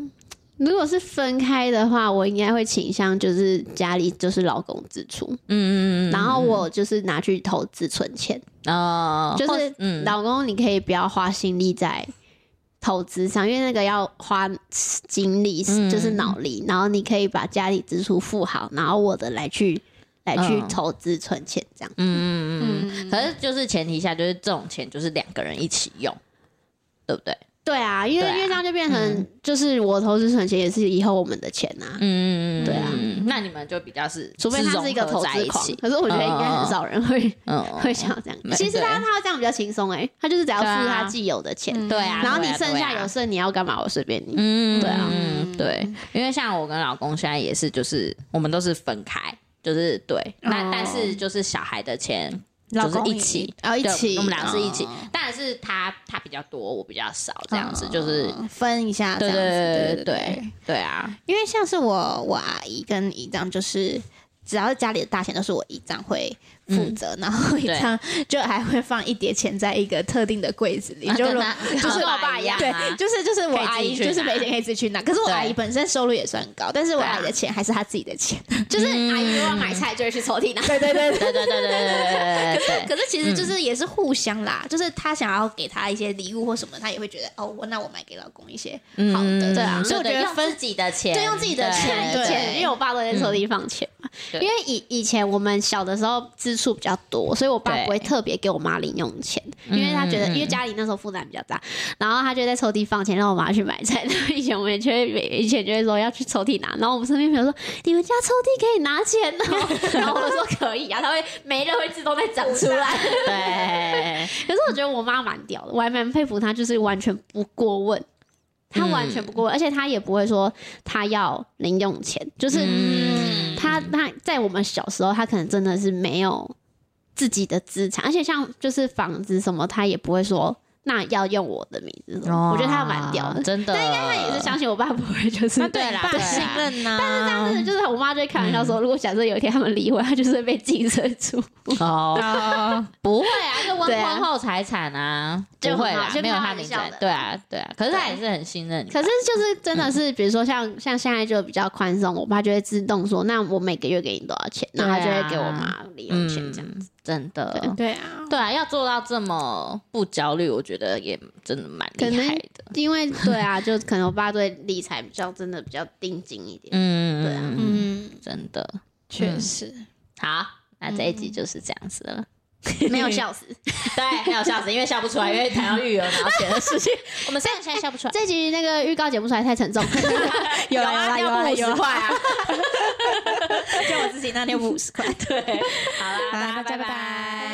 [SPEAKER 3] 如果是分开的话，我应该会倾向就是家里就是老公支出，
[SPEAKER 1] 嗯嗯嗯，
[SPEAKER 3] 然后我就是拿去投资存钱，
[SPEAKER 1] 哦，
[SPEAKER 3] 就是
[SPEAKER 1] 嗯
[SPEAKER 3] 老公你可以不要花心力在投资上，因为那个要花精力，
[SPEAKER 1] 嗯
[SPEAKER 3] 就是脑力，然后你可以把家里支出付好，然后我的来去来去
[SPEAKER 1] 嗯
[SPEAKER 3] 投资存钱这样。
[SPEAKER 1] 嗯嗯嗯，
[SPEAKER 2] 嗯
[SPEAKER 1] 可是就是前提下，就是这种钱就是两个人一起用，对不对？
[SPEAKER 3] 对啊，因为、
[SPEAKER 1] 对啊
[SPEAKER 3] 因为这样就变成
[SPEAKER 1] 嗯
[SPEAKER 3] 就是我投资存钱也是以后我们的钱啊。
[SPEAKER 1] 嗯，
[SPEAKER 3] 对啊
[SPEAKER 1] 嗯，那你们就比较是，
[SPEAKER 3] 除非他是一个
[SPEAKER 1] 融
[SPEAKER 3] 投
[SPEAKER 1] 合在
[SPEAKER 3] 资
[SPEAKER 1] 一
[SPEAKER 3] 狂
[SPEAKER 1] 起，，
[SPEAKER 3] 可是我觉得应该很少人会、
[SPEAKER 1] 嗯，
[SPEAKER 3] 会想要这样
[SPEAKER 1] 没。
[SPEAKER 3] 其实
[SPEAKER 1] 对
[SPEAKER 3] 他他要这样比较轻松哎，他就是只要付
[SPEAKER 1] 对啊
[SPEAKER 3] 他既有的钱，
[SPEAKER 2] 嗯
[SPEAKER 1] 对啊，
[SPEAKER 3] 然后你
[SPEAKER 1] 对啊
[SPEAKER 3] 剩下
[SPEAKER 1] 对啊
[SPEAKER 3] 有剩你要干嘛我随便你。
[SPEAKER 1] 嗯，
[SPEAKER 3] 对啊
[SPEAKER 1] 嗯，对，因为像我跟老公现在也是，就是我们都是分开，就是对，那
[SPEAKER 2] 哦
[SPEAKER 1] 但是就是小孩的钱
[SPEAKER 2] 老
[SPEAKER 1] 就是
[SPEAKER 2] 公
[SPEAKER 1] 一起，
[SPEAKER 2] 啊，一
[SPEAKER 1] 对
[SPEAKER 2] 起，
[SPEAKER 1] 我们俩是一起
[SPEAKER 2] 哦，
[SPEAKER 1] 当然是他他比较多，我比较少，这样子就是
[SPEAKER 2] 嗯分一下这
[SPEAKER 1] 对
[SPEAKER 2] 样子，
[SPEAKER 1] 对对
[SPEAKER 2] 对
[SPEAKER 1] 对对啊，
[SPEAKER 2] 因为像是我我阿姨跟姨丈，就是只要是家里的大钱都是我姨丈会负责，
[SPEAKER 1] 嗯
[SPEAKER 2] 然后姨丈就还会放一叠钱在一个特定的柜子
[SPEAKER 1] 啊
[SPEAKER 2] 里，就如就是
[SPEAKER 1] 跟我爸一样
[SPEAKER 2] 对
[SPEAKER 1] 啊，
[SPEAKER 2] 就是就是我阿姨
[SPEAKER 1] 可以自己去拿
[SPEAKER 2] 就是每天可以自己去拿，可是我
[SPEAKER 1] 对
[SPEAKER 2] 阿姨本身收入也算高，但是我阿姨的钱还是她自己的钱，
[SPEAKER 3] 就是阿姨如果买菜就会去抽屉拿，
[SPEAKER 2] 对对对。
[SPEAKER 1] 对对嗯对对对对对对
[SPEAKER 2] [LAUGHS] 可是其实就是也是互相啦，就是她想要给她一些礼物或什么，她也会觉得哦，我那我买给老公一些
[SPEAKER 1] 对，
[SPEAKER 2] 好的，
[SPEAKER 1] 嗯
[SPEAKER 2] 对啊，
[SPEAKER 1] 对
[SPEAKER 2] 所以我觉
[SPEAKER 1] 对
[SPEAKER 2] 得
[SPEAKER 1] 用
[SPEAKER 2] 分
[SPEAKER 1] 自己的钱，
[SPEAKER 2] 对用自己的
[SPEAKER 3] 钱
[SPEAKER 2] 对
[SPEAKER 3] 钱，因为我爸都在抽屉放钱嘛。
[SPEAKER 1] 对
[SPEAKER 3] 因为以以前我们小的时候支出比较多，所以我爸
[SPEAKER 1] 对
[SPEAKER 3] 不会特别给我妈零用钱，因为他觉得
[SPEAKER 1] 嗯嗯
[SPEAKER 3] 因为家里那时候负担比较大，然后他就在抽屉放钱，让我妈去买菜。 [LAUGHS] 然后以前我们也就会以前就会说要去抽屉拿，然后我们身边朋友说你们家抽屉可以拿钱哦， [LAUGHS] 然后我说可以啊，他会没了会自动再长出来。
[SPEAKER 1] 对，
[SPEAKER 3] 可是我觉得我妈蛮屌的，我还蛮佩服她，就是完全不过问，她完全不
[SPEAKER 1] 嗯
[SPEAKER 3] 过问，而且她也不会说她要零用钱，就是
[SPEAKER 1] 嗯
[SPEAKER 3] 她她在我们小时候，她可能真的是没有自己的资产，而且像就是房子什么，她也不会说那要用我的名字什么，我觉得她蛮屌嗯的。
[SPEAKER 1] 哦
[SPEAKER 3] 嗯
[SPEAKER 1] 真的，但应该
[SPEAKER 3] 她也是相信我爸不会，就是
[SPEAKER 1] 那对啦嗯
[SPEAKER 3] [LAUGHS]
[SPEAKER 2] 爸
[SPEAKER 1] 对啊
[SPEAKER 2] 信任呐，但是这样
[SPEAKER 3] 但是就是我妈就会开玩笑说，如果假设有一天他们离婚，她就是会被净身出户。
[SPEAKER 1] 哦， [LAUGHS] 不会啊，就
[SPEAKER 3] 对
[SPEAKER 1] 温
[SPEAKER 3] 啊
[SPEAKER 1] 婚后财产啊，
[SPEAKER 3] 就
[SPEAKER 1] 不会啦
[SPEAKER 3] 很好，就
[SPEAKER 1] 没有
[SPEAKER 3] 开
[SPEAKER 1] 他
[SPEAKER 3] 玩
[SPEAKER 1] 名字
[SPEAKER 3] 笑
[SPEAKER 1] 在
[SPEAKER 3] 的，
[SPEAKER 1] 对啊，对啊。可是他也是很信任你，
[SPEAKER 3] 可是就是真的是，比如说像像现在就比较宽松，我爸就会自动说，那我每个月给你多少钱，
[SPEAKER 1] 对
[SPEAKER 3] 然
[SPEAKER 1] 啊
[SPEAKER 3] 后他就会给我妈零用钱这样。
[SPEAKER 1] 嗯，真的，
[SPEAKER 2] 对啊，
[SPEAKER 1] 对啊，要做到这么不焦虑，我觉得也真的蛮厉害的，
[SPEAKER 3] 因为对啊，就可能我爸对理财比较真的比较定睛一点。
[SPEAKER 1] 嗯，
[SPEAKER 3] 对啊
[SPEAKER 1] 嗯，
[SPEAKER 2] 嗯，
[SPEAKER 1] 真的
[SPEAKER 2] 确实。
[SPEAKER 1] 嗯好。那这一集就是这样子了，嗯
[SPEAKER 3] 没有
[SPEAKER 1] [LAUGHS]
[SPEAKER 3] 笑死。
[SPEAKER 1] 对，没有笑死，因为笑不出来，因为谈到育儿然后钱的事情， [LAUGHS] 我们三个现在笑 [LAUGHS] 不出来，
[SPEAKER 3] 这集那个预告剪不出来太沉重， [LAUGHS]
[SPEAKER 2] 有啦
[SPEAKER 1] 啊，
[SPEAKER 2] 有
[SPEAKER 1] 要
[SPEAKER 2] 啦
[SPEAKER 1] 补
[SPEAKER 2] 有
[SPEAKER 1] 十
[SPEAKER 2] 啦，
[SPEAKER 1] 块啊，
[SPEAKER 2] [LAUGHS] 就我自己那天五十块。
[SPEAKER 1] 对，好啦，大家
[SPEAKER 2] 好大家拜
[SPEAKER 1] 拜
[SPEAKER 2] 拜